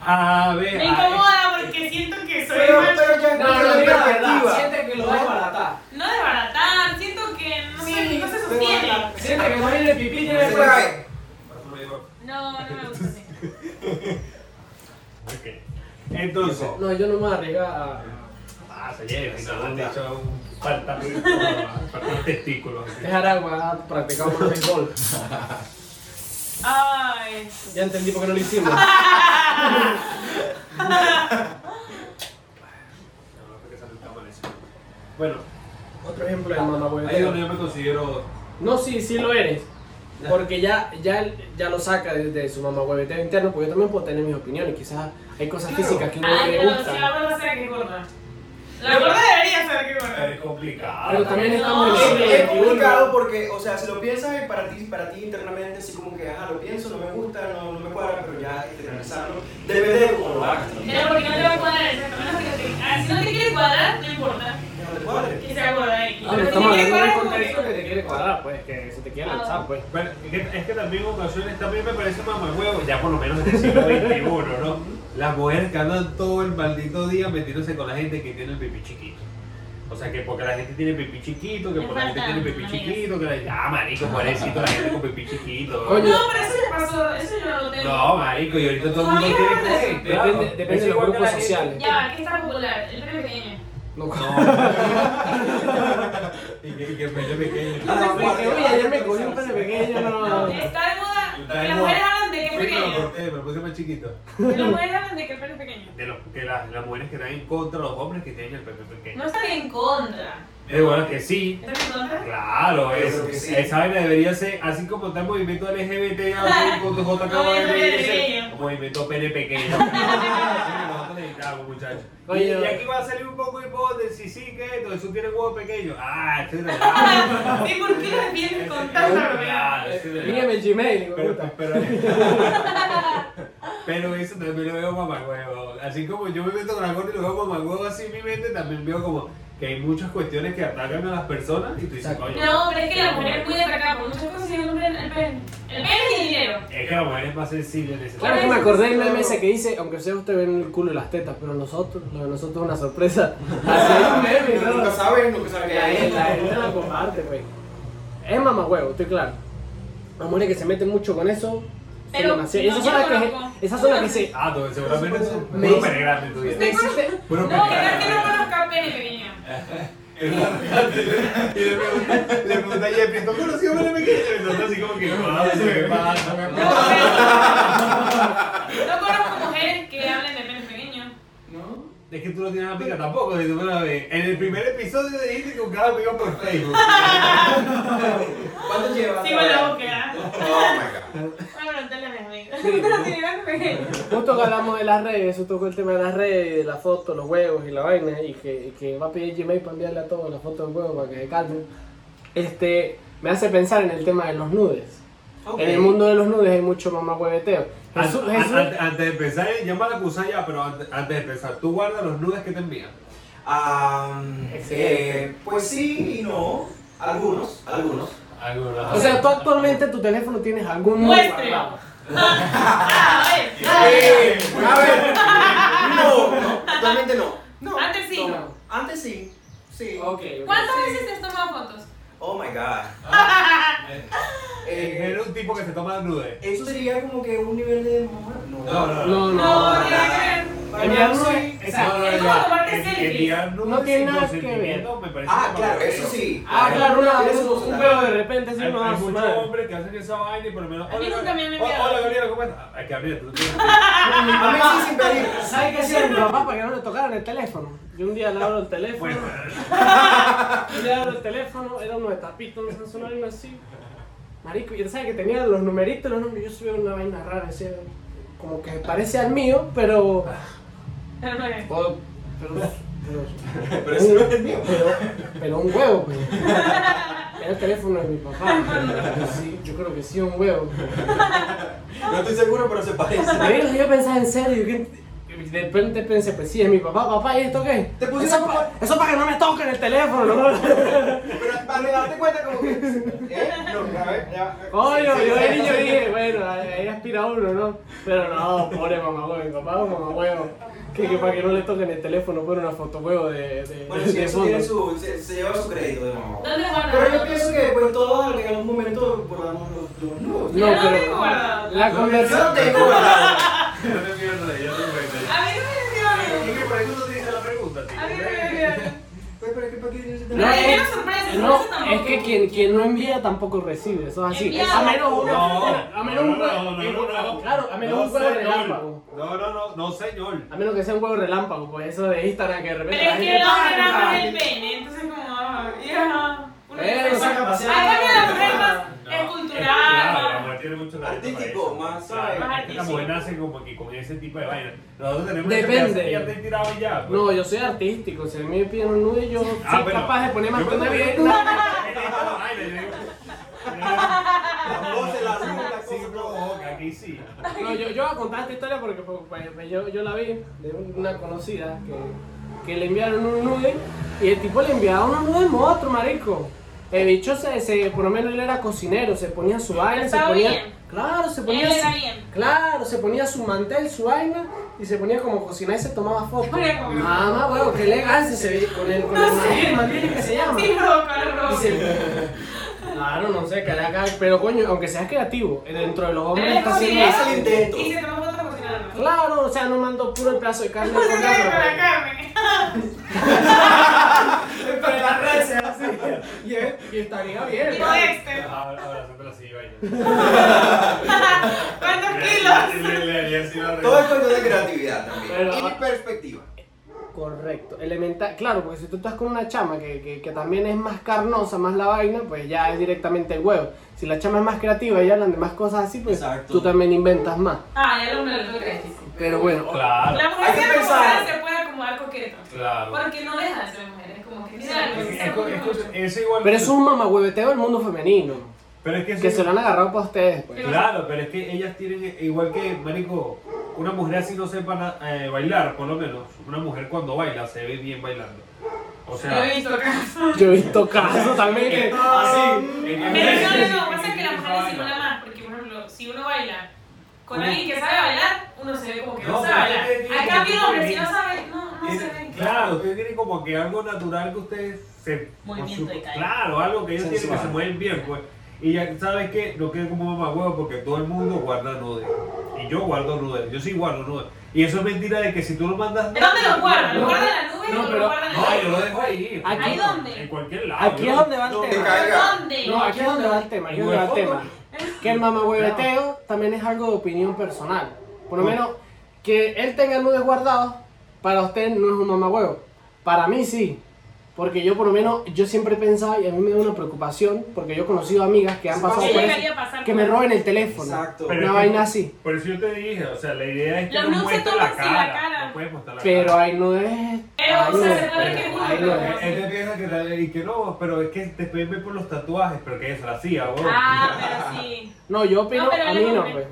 B: A ver,
E: Me
B: a-
E: incomoda porque siento que soy
D: Pero,
E: más-
D: pero ya
A: No, no,
D: la
A: diga la
D: perspectiva.
A: verdad, siente que lo va a desbaratar.
E: No desbaratar, siento que no, se, no se
D: pero
E: sostiene.
D: la-
A: Siente que no viene el pipí, tiene
D: Sí,
A: fuerza.
D: pero,
E: No, no me gusta así.
B: Ok. Entonces,
A: No, yo no me voy a arriesgar
B: ah, se lleva, y nada, te echa un- falta, faltan testículos.
A: a dejar agua, a practicar por béisbol.
E: Ay.
A: Ya entendí por qué no lo hicimos.
B: Bueno,
A: Otro ejemplo de mamá
B: ahí es donde yo me considero
A: No, sí, sí lo eres. Porque ya, ya, ya lo saca de, de su mamá hueveteo interno, porque yo también puedo tener mis opiniones. Quizás hay cosas
B: Claro.
A: físicas que no
E: Ay,
A: le
E: pero si la
A: gustan.
E: gorda será que es gorda. La gorda debería ser que es gorda.
B: eh, complicado.
A: Pero también estamos en el
E: No,
A: siglo
D: Es
A: XXI.
D: complicado porque, o sea, si lo piensas y para ti, para ti internamente, así como que, ajá, lo pienso, no me gusta, no, no me cuadra, pero ya externalizarlo. Depende de cómo lo hagas. también.
E: Pero porque no te va a cuadrar exacto, menos porque te- ah, si no te quiere cuadrar, no importa.
D: Que no te cuadre.
E: Que sea gorda X.
A: Ah, pero
E: Pero si
A: estamos
E: te quiere
A: hablando de
E: cuadrar,
A: un
E: como que- Ah.
A: contexto que te quiere cuadrar, pues, que se te quiere lanzar, pues.
B: Bueno, es que- es que también en ocasiones también me parece mamahuevo, ya por lo menos del siglo XXI, ¿no? Las mujeres que andan todo el maldito día metiéndose con la gente que tiene el pipí chiquito. O sea, que porque la gente tiene pipí chiquito, que
E: Me
B: porque la gente
E: faltan
B: tiene pipí
E: amigas.
B: chiquito, que la gente, ah, marico, pobrecito, la gente con pipí chiquito.
A: Coño.
E: No, pero eso ya pasó, eso yo no lo tengo.
B: No, marico, y ahorita todo el mundo
E: Amigas,
B: tiene
E: eso.
B: COVID, claro.
A: Depende, depende
B: Es
A: de los
B: igual que
A: grupos
B: la gente-
A: sociales.
E: Ya, va, que está popular, el pene pequeño.
A: No,
B: Y que, y que el pene pequeño.
D: Ah, no,
A: Porque, oye, ayer me cogí un pene pequeño,
E: No,
A: no.
E: está de moda que
B: Está de
E: las
B: moda.
E: mujeres hablan de que es
B: Sí, me lo
E: pequeño.
B: corté, me lo puse más chiquito.
E: Que las mujeres hablan de que el pene es pequeño.
B: De los, que las, las mujeres que están en contra de los hombres que tienen el pene pequeño.
E: No está en contra.
B: Es bueno que sí.
E: ¿Estás en contra?
B: Claro,
D: Yo
B: eso,
D: creo que sí.
B: esa vaina debería ser, así como está el movimiento LGBT, ahora con tu J acaba de
E: Movimiento
B: venir,
E: pequeño.
B: ese movimiento pene pequeño. Así que nosotros necesitamos, muchachos. Y,
A: Oye.
B: y aquí va a salir un poco de hipótesis, sí, que todo eso tiene huevo pequeño. Ah, estoy relajado.
A: Ah.
E: ¿Y por qué las vienes con tanta verdad?
B: Claro, estoy relajado.
A: Dígame el Gmail, hijo de
B: Pero,
A: puta.
B: pero, pero eso también lo veo mamagüevo. Así como yo me meto con la gorda y lo veo mamagüevo así en mi mente, también veo como que hay muchas cuestiones que atacan a las personas y tú dices,
A: Exacto.
B: coño.
E: No, pero es que la mujer puede atacar por muchas cosas y el hombre el pene. El pene y el dinero.
B: Es que la mujer es más sensible en ese
A: Claro que me acordé del meme ese que dice, aunque sea usted ven el culo y las tetas, pero nosotros, lo de nosotros es una sorpresa. Así es un meme,
D: Pero
A: ¿no?
D: Nunca sabes, nunca sabes qué
A: La
D: hay.
A: gente, la gente la comparte, pues. Es mamagüevo, estoy claro. Las mujeres que se meten mucho con eso,
E: Pero
A: son demasiado- esas
E: no,
A: son las
E: yo
A: que,
E: conozco.
A: esas son las que se...
B: Ah, tú, seguramente es un
A: Me
B: puro
A: dice-
B: pene grande tu vida.
A: me existe-
B: Puro
E: No, que no es que no conozca pene pequeño.
B: Y le pregunté- le pregunté a Jeffy, ¿tú conocido un pene pequeño? Y nosotros así como que, no, no sé qué pasa.
E: No, pero- no conozco mujeres que hablen de pene pequeño.
D: ¿No?
B: Es que tú no tienes amiga tampoco, si tú me la ves. En el primer episodio dijiste que buscaba amiga por Facebook.
D: ¿Cuánto llevas?
E: Sigo en la búsqueda.
D: Oh my god.
E: Voy a preguntarle a mis amigos. Pero si eran mujeres.
A: Justo que hablamos de las redes, eso tocó el tema de las redes, de las fotos, los huevos y la vaina, y que, y que va a pedir Gmail para enviarle a todos las fotos del huevo para que se calmen. Este, me hace pensar en el tema de los nudes.
D: Ok.
A: En el mundo de los nudes hay mucho mamá hueveteo.
B: Antes,
A: Jesús, Jesús-
B: antes de empezar, eh, llama a la cusa ya, pero antes, antes de empezar, tú guardas los nudes que te envían.
D: Ah,
A: Excelente.
D: eh, pues sí y no. Algunos, algunos.
B: Algunos.
A: o sea, tú actualmente en tu teléfono tienes algún nude.
E: Muéstrelo. Ah, a ver.
D: Eh, A ver, no, no, actualmente no. No.
E: Antes sí.
D: no. Antes sí. Sí.
A: Ok,
E: ¿Cuántas veces te has tomado fotos?
D: Oh my god. Eh,
B: Era un tipo que se toma nudes.
D: eso sería como que un nivel de mamá. No,
B: No,
A: No,
B: no,
A: no.
E: No, tiene
D: Para
A: Enviar
D: mí
A: nudes,
D: sí.
A: o sea,
B: No, no,
E: es
B: no,
E: como
B: no.
E: tomarte
B: En-
E: selfies.
B: enviar nudes
A: No tiene
B: sin
A: nada que
B: consentimiento me parece
D: Ah,
B: como
D: claro,
B: grosero.
D: eso sí.
A: Ah, claro, una, un, un
D: claro.
A: huevo de repente sí
B: Hay,
A: no
B: hay
A: hace
B: muchos
A: nada.
B: hombres que hacen esa vaina y por lo menos.
E: A mí
B: "Hola,
E: nunca me han
B: Gabriel".
E: enviado.
B: Hola, Gabriel, ¿cómo estás? Hay que abrir, tú tienes-
D: A mí sí sin pedir.
A: ¿Sabes qué hacía mi papá para que no le tocaran el teléfono? Yo un día le abro el teléfono,
B: Bueno,
A: yo le abro el teléfono, era uno de tapitos, no sé, una vaina así. Marico, y él sabe que tenía los numeritos, los nombres, yo subí una vaina rara, así, como que parece al mío, pero...
E: Pero
A: o- pero, pero,
D: Pero ese no es el mío.
A: pero, pero un huevo, pues. Era el teléfono de mi papá. Yo, sí, yo creo que sí, un huevo.
D: No estoy seguro, pero se parece.
A: Marico, yo pensaba en serio, que... De repente pensé, pues sí, es mi papá, papá, ¿y esto qué?
D: Te puse
A: eso,
D: un
A: pa- eso para que no me toquen el teléfono.
D: Pero para darte cuenta como que. ¿Eh? No, a ver, ya.
A: Coño,
D: Sí, sí,
A: yo
D: sí,
A: de
D: sí.
A: niño dije, bueno, ahí aspira uno, ¿no? Pero no, pobre mamá huevo, papá mamá huevo. Que, que para que no le toquen el teléfono pone una foto huevo de, de,
D: Bueno,
A: de
D: sí, eso
A: fondo.
D: tiene su. Se, se lleva su crédito de mamá.
E: ¿Dónde
D: Pero yo
E: guardas?
D: pienso que pues todos en algún momento guardamos los, los nudos.
A: No,
E: Yo no
A: pero
E: tengo guardado.
A: la
D: Yo no
A: conversación...
D: tengo guardado.
B: yo no te pierdo, yo no te pierdo.
E: A mí no me
B: Es
E: enviaron.
B: que por eso tú te hice la pregunta, tío.
E: A mí no me enviaron.
D: Pues, pero es que para qué tienes
A: No,
E: No,
A: es-
E: es sorpresa,
A: No,
E: sorpresa tampoco.
A: es que quien, quien no envía tampoco recibe, eso es así.
E: Enviado.
A: A menos uno,
B: No,
A: a menos un
B: no, no,
A: huevo,
B: no, no, no.
A: claro, a menos
B: No,
A: un huevo
B: señor.
A: relámpago.
B: No, no, no, no, señor.
A: A menos que sea un huevo relámpago, pues eso de Instagram que de repente
E: Pero
A: la
E: es que
A: gente,
E: el
A: ¡pam!
E: hombre era con el pene, entonces como, ah, ya. Uno
A: Eh,
E: dice,
A: esa
E: bueno,
A: capacidad
E: ah, cambio la
A: de-
E: mujer más
B: No, claro, la
E: escultural.
B: mujer tiene mucho talento
D: Artístico,
B: para eso.
D: más,
B: Claro, es
E: Más
D: ¿sabes?
B: que La
E: artístico.
B: mujer nace como que con ese tipo de vaina. Nosotros tenemos
A: Depende.
B: que hacer y tirado y ya. pues.
A: No, yo soy artístico, si a mí me piden un nude, yo soy
B: Ah, bueno.
A: capaz de poner más
B: Yo
A: que una
B: cuando-
A: vida.
B: Esta vaina, yo digo,
D: Las voces, las las
B: sí
D: cosas, todo.
B: provoca, aquí sí.
A: No, yo, yo voy a contar esta historia porque pues, pues, pues, yo, yo la vi de una conocida que, que le enviaron un nude y el tipo le enviaba unos nudes monstruos, marico. El bicho, se, se- por lo menos él era cocinero, se ponía su vaina, se
E: Estaba
A: ponía...
E: bien.
A: Claro, se
E: Él
A: ponía...
E: era
A: su-
E: bien.
A: Claro, se ponía su mantel, su vaina y se ponía como a cocinar y se tomaba fotos.
E: ponía como-
A: Mamá, huevo, qué elegancia se ve con el, con el mantel, mantel que se llama.
E: Sí, roca, roca.
A: Dice, claro, no sé, caraca, pero coño, aunque seas creativo, dentro de los hombres
E: Pero
A: está
E: es
A: haciendo
E: cocinero.
D: hace el intento.
E: Y se tomó foto cocinando.
A: Claro, o sea, no mandó puro el pedazo de carne con
E: Se queda con la
A: carne.
E: carne.
A: Pero la red se hace. Y, es- y estaría bien.
E: Tipo Dexter.
B: Ahora, ahora, siempre así, vaina.
E: ¿Cuántos kilos?
B: Le- le- le haría así la regla.
D: Todo es cuestión de creatividad también.
A: Pero-
D: y perspectiva.
A: Correcto, elemental. Claro, porque si tú estás con una chama que, que, que también es más carnosa, más la vaina, pues ya es directamente el huevo. Si la chama es más creativa y hablan de más cosas así, pues
D: Exacto.
A: tú también inventas más.
E: Ah, ya lo me lo toqué.
A: Pero bueno,
B: Claro,
E: La
D: Hay
E: mujer
D: que
E: siempre
D: pensar.
E: se puede acomodar coqueto.
B: claro.
E: Porque no deja de ser mujer. Es como que
B: Es-
E: mira, algo,
B: es-
E: se
B: es-
E: acomoda mucho.
B: es- es igual.
A: pero es un mamahueveteo del mundo femenino.
B: Pero es que eso-
A: Que se lo han agarrado para ustedes, pues.
B: Claro, pero es que ellas tienen, igual que, marico, una mujer así no sepa na- eh, bailar, por lo menos, una mujer cuando baila se ve bien bailando. O
E: Lo he
B: sea,
E: visto acá.
A: Yo he visto casos también que.
E: Pero no, no, no, pasa que la mujer disimula más, porque por ejemplo, si uno baila con alguien que sabe bailar, uno se ve como que no,
B: No,
E: sabe
B: pero
E: bailar.
B: es que-
E: A cambio, el hombre, si no sabe, no, no se ve.
B: Es- Claro, ustedes tienen como que algo natural que ustedes se...
E: Movimiento
B: por
E: de cadera.
B: Claro, algo que ellos tienen que
D: Sensual.
B: se mueven bien, pues. Y ya sabes que no quede como mamá huevo porque todo el mundo guarda nudes. Y yo guardo nudes, yo sí guardo nudes. Y eso es mentira de que si tú lo mandas...
E: ¿En dónde lo guardan? ¿Lo
A: No,
E: guardan en la nube
A: no,
E: o
A: pero-
E: lo guardan en
B: No,
E: la
B: yo lo dejo ahí.
A: Aquí-
E: ¿Ahí dónde?
B: En cualquier lado.
A: Aquí
B: yo
A: es
B: no-
A: donde va
D: No,
A: el
D: te
A: tema.
D: cae.
E: ¿Dónde?
A: No, aquí es donde va el tema, aquí es donde va el tema. Que el mamahueveteo también es algo de opinión personal. Por lo menos, que él tenga nudes guardados, para usted no es un mamahuevo. Para mí sí. Porque yo por lo menos, yo siempre pensaba y a mí me da una preocupación, porque yo he conocido amigas que han
D: Sí,
A: pasado
D: sí,
A: por
D: sí.
A: eso, que me roben el teléfono.
D: Exacto.
B: Pero
A: una
B: es que-
A: vaina así.
B: Por eso yo te dije, o sea, la idea es que
E: Los
B: no
E: nudes se
B: muestres
E: toman
B: la
E: sin
B: cara.
E: la cara.
B: No puedes mostrar la
A: Pero
B: cara.
A: ahí no es.
E: Pero,
A: ahí
E: o sea,
A: no
E: se
A: es,
E: puede ver que
A: pero
E: uno
A: ahí no es.
B: Él te piensa que la y que no, pero es que te ve por los tatuajes, pero que es la hacía, vos.
E: Ah, pero sí.
A: No, yo opino,
E: No, pero
A: a
E: vale
A: mí no,
E: porque-
A: pues.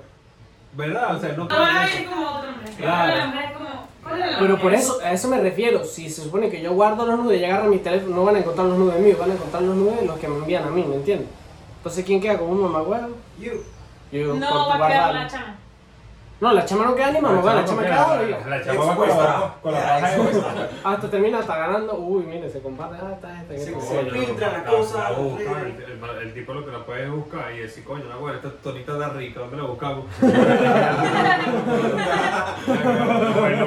B: ¿Verdad? O sea, no
E: No van a
B: puedes.
E: ver como otra mujer.
B: Claro.
E: La mujer es como. ¿cuál es la
A: Pero por
E: mujer?
A: eso, a eso me refiero. Si se supone que yo guardo los nudes y agarro mi teléfono, no van a encontrar los nudes míos, van a encontrar los nudes de los que me envían a mí, ¿me entiendes? Entonces, ¿quién queda como un mamagüero?
D: You.
A: Yo,
E: No
A: por
E: va a quedar
A: guardarlo.
E: la chama.
A: No, la chama no queda ni mamagüera, la chama queda dolida.
B: La chama va con la- con la paja de vuelta.
A: Hasta termina, hasta ganando. Uy, mire, se comparte. Ah, está esta, que
D: Sí,
A: no
D: sí.
A: sé yo.
D: filtra la
B: La-
D: cosa,
B: la busca,
D: la-
B: el, el- el tipo lo que la puede buscar y decir, coño, la buena, esta tonita está rica, ¿dónde la buscamos? bueno,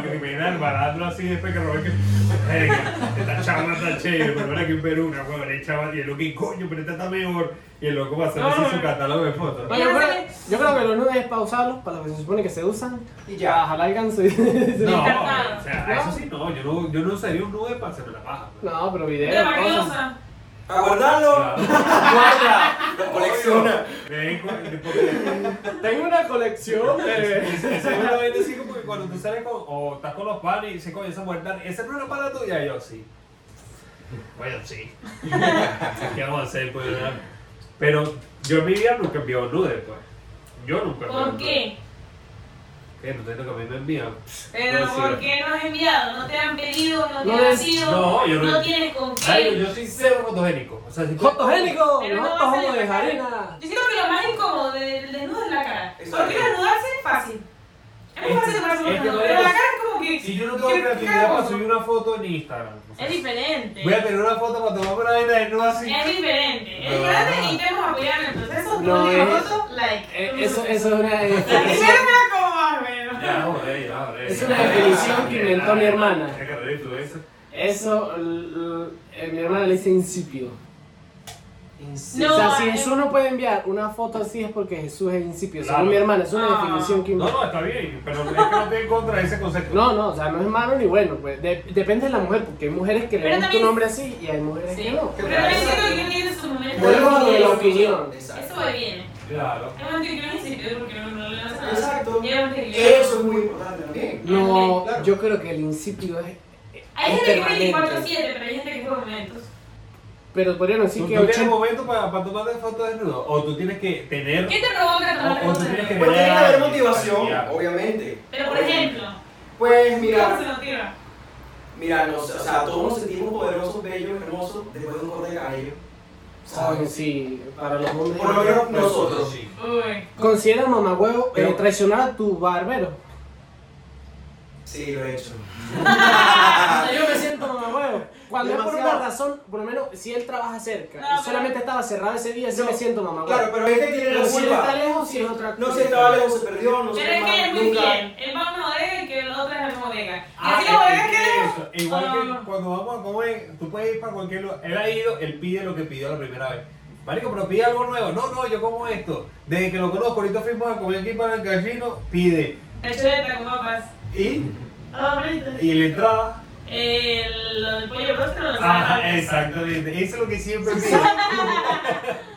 B: que me da el barato así después que Robert que. "Verga, Esta chama está chévere, pero ahora que en Perú, una huevona, y chaval, y el loco, y coño, pero esta está mejor. Y el loco va a hacer así su catálogo de fotos.
A: No, yo, creo, yo creo que los nudes es para usarlos, para lo que se supone que se usan.
D: Y ya.
A: Ojalá alcance. No,
B: No, o sea, eso sí, no, yo no, yo no usaría un nude para hacerme la paja.
A: pero
E: Pero
A: videos,
E: para qué
A: cosas.
E: usa.
D: Para guardarlo, guarda. Lo colecciona.
B: Ven, cu- porque-
A: Tengo una colección de...
B: Es- es- es una vaina así como que cuando tú sales con, o estás con los panes y dices, coño, esa muerta, esa no era para tuya. Y yo, sí. Bueno, sí. ¿Qué vamos a hacer? Pues, ¿verdad? Pero yo en mi vida nunca envío nudes, pues. Yo nunca envío
E: ¿Por
B: nudes.
E: qué?
B: ¿Qué? No te que a mí me envían.
E: Pero
B: No, sí.
E: ¿por qué no has enviado? ¿No te han pedido? ¿No te
A: No
E: han
A: es-
E: sido?
B: no, yo no-
E: tienes con qué.
B: Ay, yo, yo soy cero fotogénico. O sea, si
A: ¡Fotogénico!
E: Pero no
A: ¡Nosotros
E: va a ser
A: somos de
E: la cara.
A: harina!
E: Yo siento que lo más incómodo del desnudo es la cara.
D: Exacto.
E: Porque desnudarse es fácil. Es muy
B: Es
E: fácil
B: que-
E: tomarse
B: es
E: un
B: que
E: desnudo,
B: Este, no
E: pero
B: es-
E: la cara es como que.
B: Si yo no tengo
E: ¿qué- qué
B: creatividad
E: hago?
B: para subir una foto en Instagram. o sea,
E: Es diferente.
B: voy a tener una foto para tomar una vaina de nudo así.
E: Es diferente. Es
B: No.
E: diferente y tenemos que apoyar en el proceso.
A: No,
E: No,
A: es-
E: foto, like.
A: Eh, Eso, eso es una
E: La primera
A: definición,
E: era como más menos.
B: Ya, joder, ya, joder.
A: Es una definición que inventó mi hermana.
B: Qué ridículo eso.
A: eso l- l- mi hermana le dice insípido.
E: No,
A: o sea, si
E: eh.
A: Jesús no puede enviar una foto así es porque Jesús es insípido.
B: Claro.
A: Según mi hermana, es una
E: Ah.
A: definición que
B: No,
A: inventó.
B: no, está bien, pero es que no estoy en contra de ese concepto.
A: No, no, o sea, no es malo ni bueno. Pues. De- depende de la mujer, porque hay mujeres que le
E: Pero
A: gusta
E: también-
A: un hombre así y hay mujeres
E: Sí.
A: que no. pues.
E: Pero también siento que uno tiene su momento.
A: Volvemos a lo de la
E: Eso
A: opinión.
D: Exacto.
E: viene.
B: Claro.
E: Es momento que uno es insípido porque no no le hace nada.
D: Exacto.
E: Y es momento que-
D: Eso es muy importante también.
A: No,
D: Claro.
A: yo creo que el insípido es.
E: Hay
A: es
E: gente que
A: permanente.
E: es 24-7, pero hay gente que es por momentos.
A: Pero podrían decir
B: ¿Tú,
A: que
B: tú tienes
A: 80.
B: momento para, para tomarte fotos desnudo? ¿O tú tienes que tener...
E: ¿Qué te provoca tomar
B: O- o tú tienes que-
E: fotos?
D: Pues tiene que haber
B: Ya,
D: motivación,
B: ya.
D: obviamente.
E: Pero por ejemplo,
D: Pues
E: ¿cómo
D: mira,
E: se motiva?
D: mira, nos, o sea, todos nos sentimos poderosos, bellos, hermosos, después de un corte de
A: Ay,
D: cabello. ¿Sabes?
A: sí, para los hombres.
D: Por lo menos nosotros.
B: Sí.
E: Uy.
A: Considera mamagüevo eh,
B: Pero-
A: traicionar a tu barbero.
D: Sí, lo he hecho.
A: Yo me siento mamagüevo. Cuando es por
D: Demasiado.
A: una razón, por lo menos si él trabaja cerca
E: No,
A: y
E: pero-
A: solamente estaba cerrado ese día, sí
D: No,
A: me siento mamagüevo.
D: Claro, pero es que tiene
A: pero
D: la
A: si él está
D: culpa.
A: lejos, sí es otra cosa.
D: No se estaba lejos, se perdió, no sé
E: Pero es que él es
D: más,
E: muy
D: nunca.
E: fiel. Él va a una bodega y que el otro es la misma bodega. Y
B: Ah,
E: así la
A: ¿eh?
E: bodega
B: es
E: que lejos.
B: eso. Igual
E: No, no,
B: que
A: Ah.
E: no.
B: cuando vamos a comer, tú puedes ir para cualquier lugar. Él ha ido, él pide lo que pidió la primera vez. Marico, pero pide algo nuevo. No, no, yo como esto. Desde que lo conozco, ahorita fuimos a comer aquí para el casino, pide.
E: La chuleta con papas.
B: Y,
E: Ah,
B: y la entrada.
E: El, lo del pollo rostro lo
B: Ajá,
E: sabe.
B: Ah, exactamente. Eso es lo que siempre pide.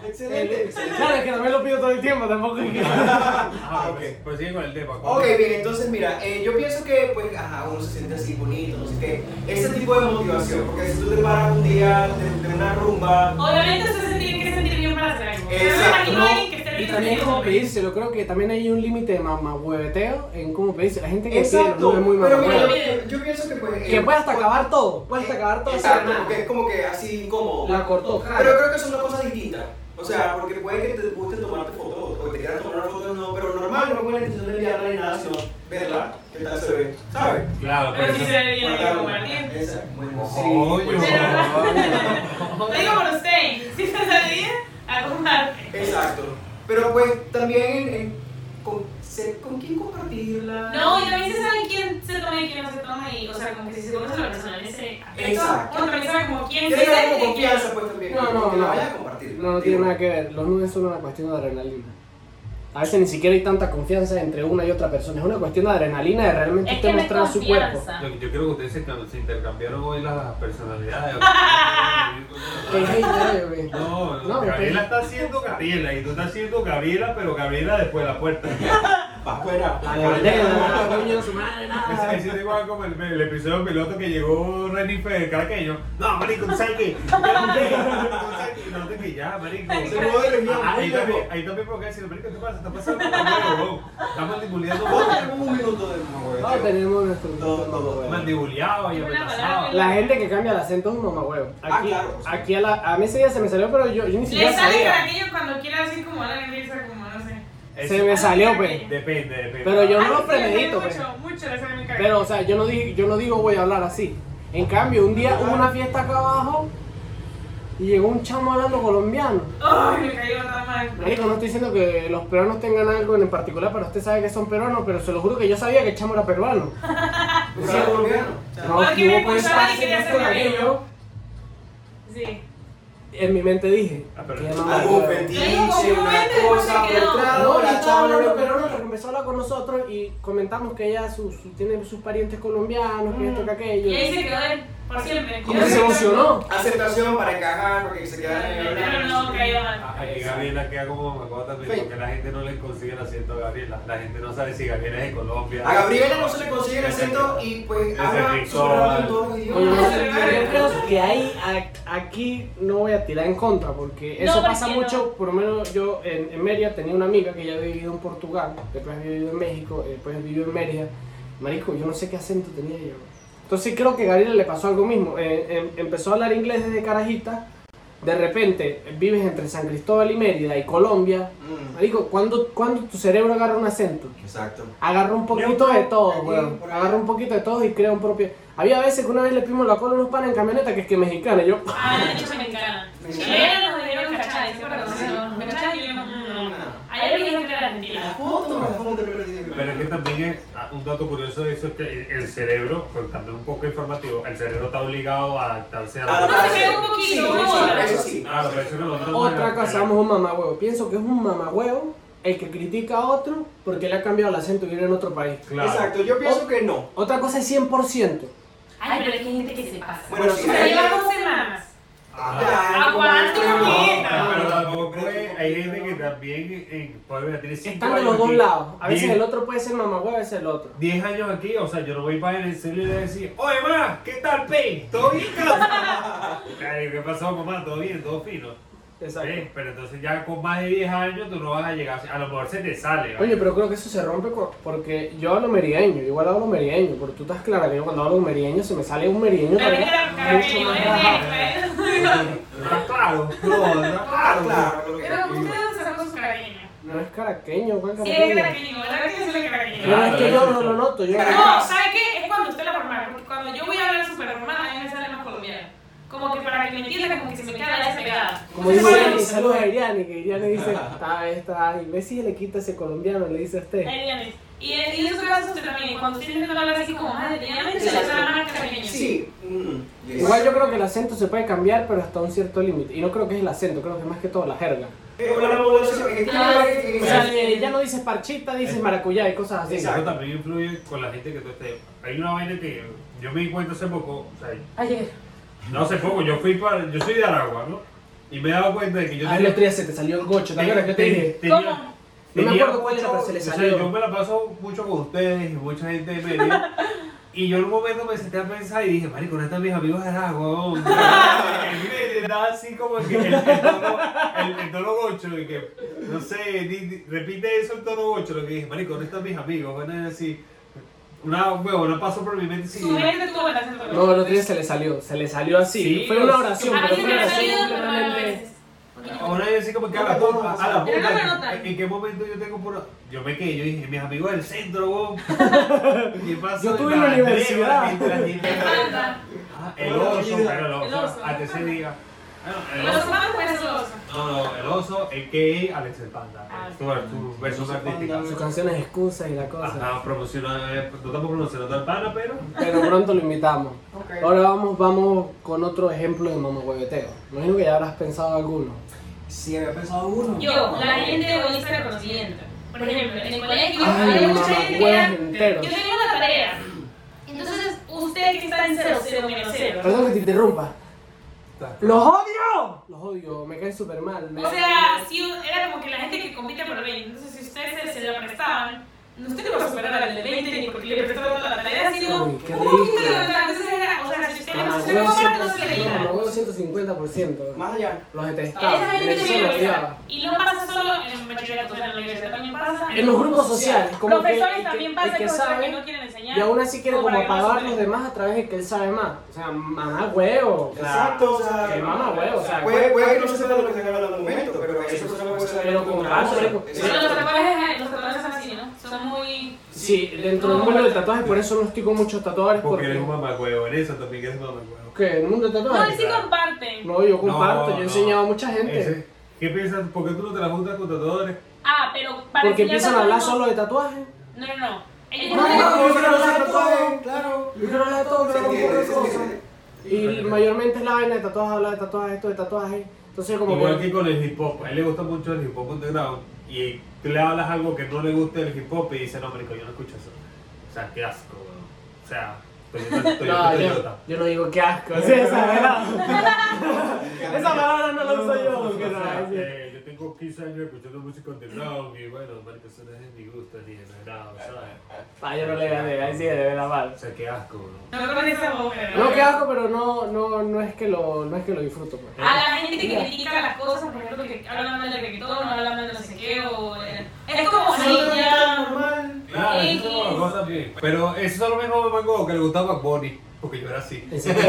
D: Excelente,
A: Eh,
D: excelente.
A: Claro, es que también lo pido todo el tiempo, tampoco es que.
B: Ah,
D: ok.
B: Pues sigue con el tema.
D: Ok, bien, entonces mira, eh, yo pienso que pues, ajá, uno se siente así bonito, no sé qué. Ese tipo de motivación, porque si tú te paras un día de, de una rumba,
E: Obviamente ustedes se tienen que sentir bien para hacer algo. Pero me
D: Exacto,
E: imagino
D: ¿no?
E: a alguien que esté
A: Y
E: bien
A: también
E: sentido.
A: como pedírselo, creo que también hay un límite de mamagüeveteo en cómo pedirse. La gente que pide
D: Exacto.
A: lo es muy
D: Pero mira,
A: mamagüevo.
D: yo, yo pienso que pues.
A: Que
D: eh,
A: puede hasta acabar todo, Eh, puede hasta Pues acabar todo.
D: Exacto,
A: así.
D: porque es como que así incómodo.
A: La cortó. claro.
D: Pero creo que son dos cosas distintas. O sea, porque puede que te guste tomarte fotos, o que te quieras tomar una foto, no, pero normal, no con la intención de enviarla ni nada, sino verla, qué tal se ve, ¿sabes?
B: Claro,
E: Pero si se ve bien, hay que
D: Marcar una-
E: compartir.
D: Exacto, bueno, sí.
B: Coño.
D: pues,
E: Lo digo por usted. Si te sale bien, a compartir.
D: Exacto. Pero pues también eh, con, sé con quién compartirla.
E: No, y también se sabe quién se toma y quién no se toma. Y, o sea, como que si se conoce a la persona en ese aspecto,
D: Exacto.
E: uno también sabe como quién
D: Tiene
E: se
D: que haber
E: siente
D: como
E: y quién
D: confianza pues también.
A: No, no,
D: que la
A: no.
D: vayas a compartir.
A: No, no tiene nada que ver. Los nudes son una cuestión de adrenalina. A veces ni siquiera hay tanta confianza entre una y otra persona. Es una cuestión de adrenalina de realmente
F: Es
A: usted
F: que no es
A: mostrar su cuerpo.
F: confianza.
B: Yo, yo creo que ustedes se, se intercambiaron hoy las personalidades.
A: Qué hater, güey.
B: No, no,
A: No,
B: Gabriela está haciendo Gabriela y tú estás haciendo Gabriela, pero Gabriela después de la puerta.
D: Para afuera.
A: A la bandera, coño, su madre, nada.
B: Es es igual como el, el episodio piloto que llegó Renifer caraqueño. No, marico, tú sabes que. yo no sé, tú sabes que- No te pillas, marico.
D: Se mueve el guión,
B: Ah, Ahí
D: muy
B: también,
D: lejos.
B: ahí también porque decir, marico, ¿qué pasa? Está pasando algo, bro. Está mandibuleando
D: Todos
B: todo.
D: tenemos un minuto de nuevo,
A: No, tenemos nuestro.
D: Todo, todo, todo.
B: Mandibuleado y
E: Una
B: amenazado.
E: palabra.
A: La gente que cambia el acento es un mamahuevo.
D: Ah,
A: Aquí,
D: claro, sí.
A: aquí a, la, a mí ese día se me salió, pero yo, yo ni siquiera
E: Le sale
A: sabía.
E: caraquillo cuando quiere decir como la risa, como no sé.
A: Se me salió, pues.
B: Depende, depende.
A: Pero yo
E: Ah,
A: no lo
E: sí, le sale
A: premedito, pues.
E: Mucho, mucho le sale mi
A: Pero, o sea, yo no, dije, yo no digo voy a hablar así. En cambio, un día hubo una fiesta acá abajo y llegó un chamo hablando colombiano.
E: Ay, me cayó tan mal.
A: Marico, no estoy diciendo que los peruanos tengan algo en particular, pero usted sabe que son peruanos, pero se lo juro que yo sabía que el chamo era peruano.
D: ¿Tú sabes colombiano?
A: No,
E: Porque me
A: estuvo por el
E: escuchaba y
A: parque,
E: quería
A: no
E: ser
A: por
E: marico.
A: aquello.
E: Sí.
A: En mi mente dije,
B: Ah, pero-
A: qué
D: Algo
A: mamá.
D: fetiche,
E: Yo digo, como
D: una
E: vende,
D: cosa,
E: pues, se quedó.
D: otra,
A: No,
D: otra,
A: la chava
D: otra,
A: habló
D: otra.
A: peruano que empezó a hablar con nosotros y comentamos que ella su- su- tiene sus parientes colombianos, que esto, que aquello.
E: Y ahí se quedó él, por siempre.
A: ¿Cómo se emocionó?
D: Aceptación para encajar, porque se quedan en el-
E: Pero no, cayó mal.
B: Ah, Aquí Gabriela queda como me acuerdo también,
D: Sí.
B: porque la gente no le consigue el acento a Gabriela. La gente no sabe si Gabriela es de Colombia.
D: A Gabriela no se le consigue el acento y pues
B: Ese
D: habla
B: rico,
D: solo
B: vale.
D: en todos los
A: Oye, no
D: idiomas.
A: sé, yo creo que ahí, a- aquí no voy a tirar en contra, porque eso
F: No,
A: pasa
F: porque
A: mucho,
F: no.
A: por lo menos yo en, en Mérida tenía una amiga que ya había vivido en Portugal, después había vivido en México, eh, después vivió en Mérida. Marico, yo no sé qué acento tenía ella. bro. Entonces creo que a Gabriela le pasó algo mismo. Eh, em- empezó a hablar inglés desde carajita, de repente eh, vives entre San Cristóbal y Mérida y Colombia.
D: Mm,
A: Marico, ¿cuándo, cuándo tu cerebro agarra un acento?
D: Exacto.
A: Agarra un poquito de todo,
D: Aquí,
A: weón.
D: por ahí.
A: Agarra un poquito de todo y crea un propio. Había veces que una vez le pimos la cola a unos panes en camioneta que es que mexicana. y Yo,
E: Ah, de hecho me encanta. Chilena nos dieron cachada, ¿se acuerdan? ¿Me cachada? Y yo no, no, no. Ayer me dijeron que era
D: La
E: argentina.
D: foto, la foto, la foto.
B: Pero es que también es ah, un dato curioso de eso es que el- el cerebro, contando un poco informativo, el cerebro está obligado a adaptarse a
D: Ah,
B: la
E: No, se quedó un
D: Sí,
E: poquito.
D: sí,
E: ¿no?
D: eso sí.
B: Claro, pero eso que nosotros-
A: otra cosa, somos un mamagüevo. Pienso que es un mamagüevo el que critica a otro porque le ha cambiado el acento y vive en otro país.
B: Claro.
D: Exacto, yo pienso que no.
A: Otra cosa es 100%.
F: Ay, pero es que hay gente que se pasa.
D: Bueno, sí,
E: Pero lleva dos semanas.
B: Ajá.
E: Ah,
D: Ya, como
E: Aguanta,
D: extremo.
E: muñeca.
B: Ah. Pero tampoco es- hay gente que también en Puebla tiene cinco
A: Están de
B: años
A: los dos
B: aquí.
A: lados. A veces
B: Diez-
A: el otro puede ser mamagüevo, a veces el otro.
B: 10 años aquí, o sea, yo no voy para el celular y le voy a decir, oye, ma, ¿qué tal, Pei? ¿Todo bien, casa? Ay, ¿Qué pasó, mamá? ¿Todo bien? ¿Todo fino?
A: Exacto.
B: Sí, Pero entonces ya con más de 10 años tú no vas a llegar, a lo mejor se te sale. ¿vale?
A: Oye, pero creo que eso se rompe con- porque yo hablo merideño, igual hablo merideño, porque tú estás clara que yo cuando hablo merideño se me sale un merideño
E: Pero
A: también.
E: es que era caraqueño, ¿eh?
B: No está claro, no, no está
D: Ah,
B: claro.
D: claro, lo que-
E: Pero ustedes se con su caraqueño.
A: No es caraqueño, ¿cuál
E: Sí, es
A: caraqueño?
E: caraqueño, la verdad que es el caraqueño.
A: Pero es que yo no lo noto, yo
E: No, ¿sabe qué? Es cuando usted la formal, porque cuando yo voy a hablar súper formal, a mí me sale más colombiano. Como que para que me entiendan, como que se me queda la despegada.
A: Como dice Iriani, saludos a Iriani, que Iriani dice, está, está, imbécil le quita ese colombiano, le dice a usted.
E: Ahí viene. Y en y en su caso usted también, cuando usted intenta hablar así como más detenidamente, se le sale más caraqueño.
D: Sí. mm, yes.
A: Igual yo creo que el acento se puede cambiar, pero hasta un cierto límite. Y no creo que es el acento, creo que es más que todo la jerga.
D: Eh, una modulación, eh,
E: Ah,
D: eh,
A: O sea, eh, ya no dices parchita, dices
E: Eh.
A: maracuyá y cosas así.
B: Eso también influye con la gente que tú estés. Hay una vaina que yo me di cuenta hace poco, o sea,
F: Ayer.
B: no hace poco, yo fui para, yo soy de Aragua, ¿no? Y me he dado cuenta de que yo
A: Ah, el otro día se te salió el gocho, ¿te acuerdas que te dije?
F: ¿Cómo?
A: No me
B: tenía
A: acuerdo cuál era, pero se le
B: o sea,
A: salió.
B: yo me la paso mucho con ustedes y mucha gente de media. y yo en un momento me senté a pensar y dije, marico, no están mis amigos de Aragua. hombre". Y me da así como que el, el tono, el, el tono gocho, y que, no sé, di- di- repite eso el tono gocho, lo que dije, marico, no están mis amigos. Van a decir, una huevona pasó por mi mente sí.
E: Su mente tuvo el acento colombiano.
A: No, el otro día se le salió, se le salió así.
B: Sí,
A: fue una
B: o-
A: oración,
E: A
A: pero
E: mí se
A: fue una
E: me ha
A: oración
E: salido, pero no a
A: completamente...
E: veces.
B: Ahora yo así como que a la
D: No, no,
B: puta,
D: no,
B: a la
D: no,
B: puta.
E: no, no, no, no.
B: ¿En, en qué momento yo tengo por.? Yo me quedé, yo dije, mis amigos del centro, vos. ¿Qué pasa?
A: Yo estuve en la
B: Andrea,
A: universidad.
B: mientras ni-
E: Anda.
B: Ah, El oso, pero el
E: El
B: oso.
E: oso.
B: A tercer día. Ah, El
E: Los
B: oso.
E: humanos pueden ser los
B: No, no, el oso, a.k.a. Alex el Panda.
E: Ah,
B: Tu, tu versión
D: Alex el
B: artística.
D: Panda.
A: Sus canciones excusas y la cosa.
B: Ajá, promocionando. eh, No estamos promocionando al pana, pero.
A: Pero pronto lo invitamos.
D: Ok.
A: Ahora vamos, vamos con otro ejemplo de mamagüebeteo. Imagino que ya habrás pensado alguno.
D: Sí, había pensado uno.
E: Yo, la gente egoísta de conocimiento. Por ejemplo, en el colegio
A: Ay,
E: había mucha
A: mamá,
E: gente que era.
A: huevos enteros.
E: Yo tenía una tarea. Entonces, usted que está en cero, cero, menos cero.
A: Perdón que te interrumpa. ¡Los odio! Los odio, me caen súper mal. me-
E: O sea, sí, era como que la gente que compite por 20. Entonces, si ustedes se, se la prestaban, no usted no iba a superar al de 20 ni porque le prestó toda la tarea, sino
A: Uy, qué
E: un poquito
A: rico. Ah,
E: de verdad. Entonces, era, o sea, si usted no
A: Mamá,
E: se
A: huevo
E: compara, no se le
A: 100%,
E: iba.
A: mamá, huevo 150%.
D: Más allá.
A: Los detestaba.
E: Esa gente que
A: eso
E: tenía
A: los
E: que
A: odiaba.
E: besar. Y no pasa solo en bachillerato, o sea, en la universidad también pasa.
A: En los grupos sociales, como que-
E: Profesores
A: el que-
E: también
A: el
E: pasa
A: que
E: cosas
A: sabe,
E: que no quieren enseñar.
A: Y aún así quiere
E: como
A: como
E: para que no se
A: apagar a los
E: peleen.
A: demás a través de que él sabe más. O sea, mamá huevo. o sea,
D: Exacto, o sea,
A: Que mamá huevo, o sea.
D: Puede, puede que no se sepa lo que están hablando en el momento, pero eso se puede saber.
A: Pero como tal,
D: Exacto.
E: Pero Los tatuajes, los tatuajes son así, ¿no? Son muy...
A: Sí, dentro del mundo del tatuaje, por eso no estoy con muchos tatuadores.
B: Porque eres un
A: Porque,
B: mamagüevo, en eso también eres mamagüevo.
A: ¿Qué? ¿El mundo del
E: No,
A: tatuaje?
E: sí comparten.
A: No, yo comparto,
B: No,
A: yo he
B: no.
A: enseñado a mucha gente.
B: Ese- ¿Qué piensas? ¿Por qué tú no te la juntas con tatuadores?
E: Ah, pero para
A: Porque
E: enseñar
A: empiezan a hablar
E: tatuajes,
A: solo de tatuaje.
E: No, no, no. Ellos
A: No,
E: no, tienen-
A: no,
D: yo quiero hablar de todo, claro.
A: Yo quiero hablar de todo, quiero
D: Sí,
A: hablar de
D: sí,
A: cosas.
D: sí,
A: Y mayormente es la vaina de tatuajes, hablar de tatuajes, esto de tatuajes. Entonces, como
B: Igual
A: que.
B: que con el hip hop, a él le gusta mucho el hip hop underground y tú le hablas algo que no le gusta el hip hop y dice, no, marico, yo no escucho eso. O sea, qué asco, weón. O sea, Toyota, Toyota,
A: No, yo,
B: Toyota.
A: yo no digo qué asco. ¿eh? Sí, esa verdad. Esa palabra no la uso yo.
B: O
A: porque no,
B: sea,
A: sí.
B: eh, yo tengo 15 años escuchando música underground y bueno, marico, eso no es de mi gusto ni de mi agrado, ¿sabes?
A: Ah, yo no le gané, ahí sí le ve la mal.
B: O sea, qué asco, weón.
E: No con esa bóveda.
A: No, qué asco, pero no, no, no, es que lo, no es que lo disfruto. pues.
E: A la gente que critica las cosas, por ejemplo, que hablan mal del reggaetón, no hablan mal de no sé qué, o... Es como si ya...
D: normal.
B: Claro,
E: X.
B: eso es una cosa bien. Pero eso es lo mismo mamagüevo que le gustaba a Bonnie, porque yo era así.
A: En serio.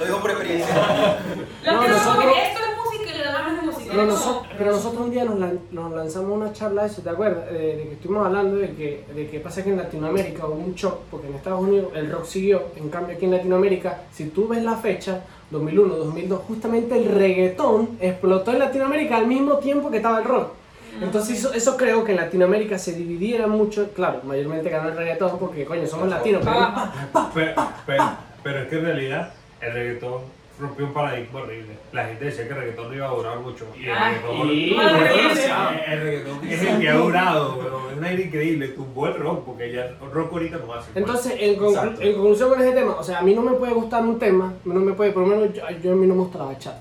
D: Lo digo por experiencia.
E: Los
A: No,
E: que no
A: nosotros-
E: saben, esto es música y lo demás no es música.
A: Pero
E: Es
A: nosotros,
E: como-
A: pero nosotros un día nos, lan- nos lanzamos una charla de eso, ¿te acuerdas? De, de que estuvimos hablando de que, de que pasa que en Latinoamérica hubo un shock, porque en Estados Unidos el rock siguió, en cambio aquí en Latinoamérica, si tú ves la fecha, 2001, 2002, justamente el reggaetón explotó en Latinoamérica al mismo tiempo que estaba el rock. Entonces eso, eso creo que en Latinoamérica se dividiera mucho, claro, mayormente ganó el reggaetón porque coño, somos latinos, pero
E: Ah,
B: Pero, pero- pero es que en realidad el reggaetón rompió un paradigma horrible. La gente decía que el reggaetón no iba a durar mucho. Y el
E: Ah,
B: reggaetón,
A: y-
B: el reggaetón-
A: y-
B: el reggaetón es el que ha durado, pero es una idea increíble. Tumbó el rock, porque ya el rock ahorita no hace.
A: Entonces, en, conclu-
B: Exacto.
A: en conclusión con ese tema, o sea, a mí no me puede gustar un tema, no me puede, por lo menos yo, yo a mí no me gusta la bachata.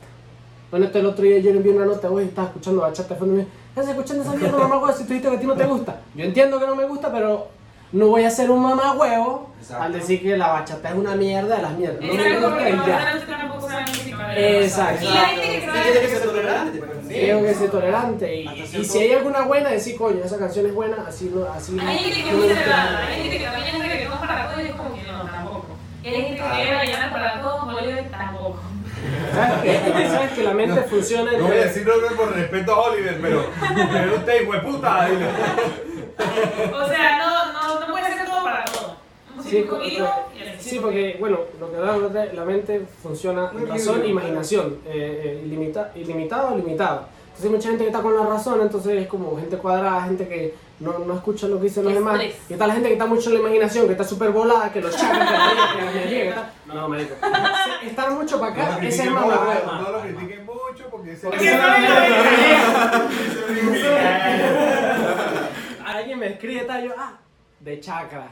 A: Bueno, esto el otro día yo le envié una nota, vos estás escuchando bachata, fue me estás escuchando esa mierda, mamá huevo, si tú dijiste que a ti no te gusta. Yo entiendo que no me gusta, pero no voy a ser un mamá huevo
D: Exacto.
A: al decir que la bachata es una mierda de las mierdas. No me
E: Exacto,
A: gusta
E: porque
A: y
E: no
A: ya.
E: saben, tampoco saben música.
A: Exacto.
E: Y la gente que
D: Y tiene
E: sabe...
D: que ser tolerante. pues,
A: Tengo que
D: sí.
A: ser tolerante y,
D: Hasta
A: y
D: cierto-
A: si hay alguna buena, decir, coño, esa canción es buena, así no, así
E: Hay gente que es
A: no
E: muy
A: me gusta.
E: cerrada, hay gente que también es reggaetón para todo y es como que no, tampoco. Y hay gente que quiere bailar para todo, Bolívar tampoco.
A: ¿Sabes qué? ¿Sabes que la mente funciona en
B: No voy a decir nada con respeto a Oliver, pero pero usted, hueputa.
E: O sea, no, no, no puede ser todo para todo. Un
A: Sí,
E: poquito y así.
A: sí, porque, bueno, lo que hablaba la otra- la mente funciona
D: Muy
A: razón
D: libre.
A: e imaginación, eh, eh, ilimita- ilimitado o limitado. Entonces hay mucha gente que está con la razón, entonces es como gente cuadrada, gente que no, no escucha lo que dicen los demás.
F: Estrés.
A: Y está la gente que está mucho en la imaginación, que está súper volada, que los chacas, que la vida, que la energía, que tal. No, marico. Se- Estar mucho para acá, ese es más huevo.
B: No lo critiquen mucho, porque ese
E: Porque saben lo que
A: Alguien me escribe tal, yo, ah, de chakra.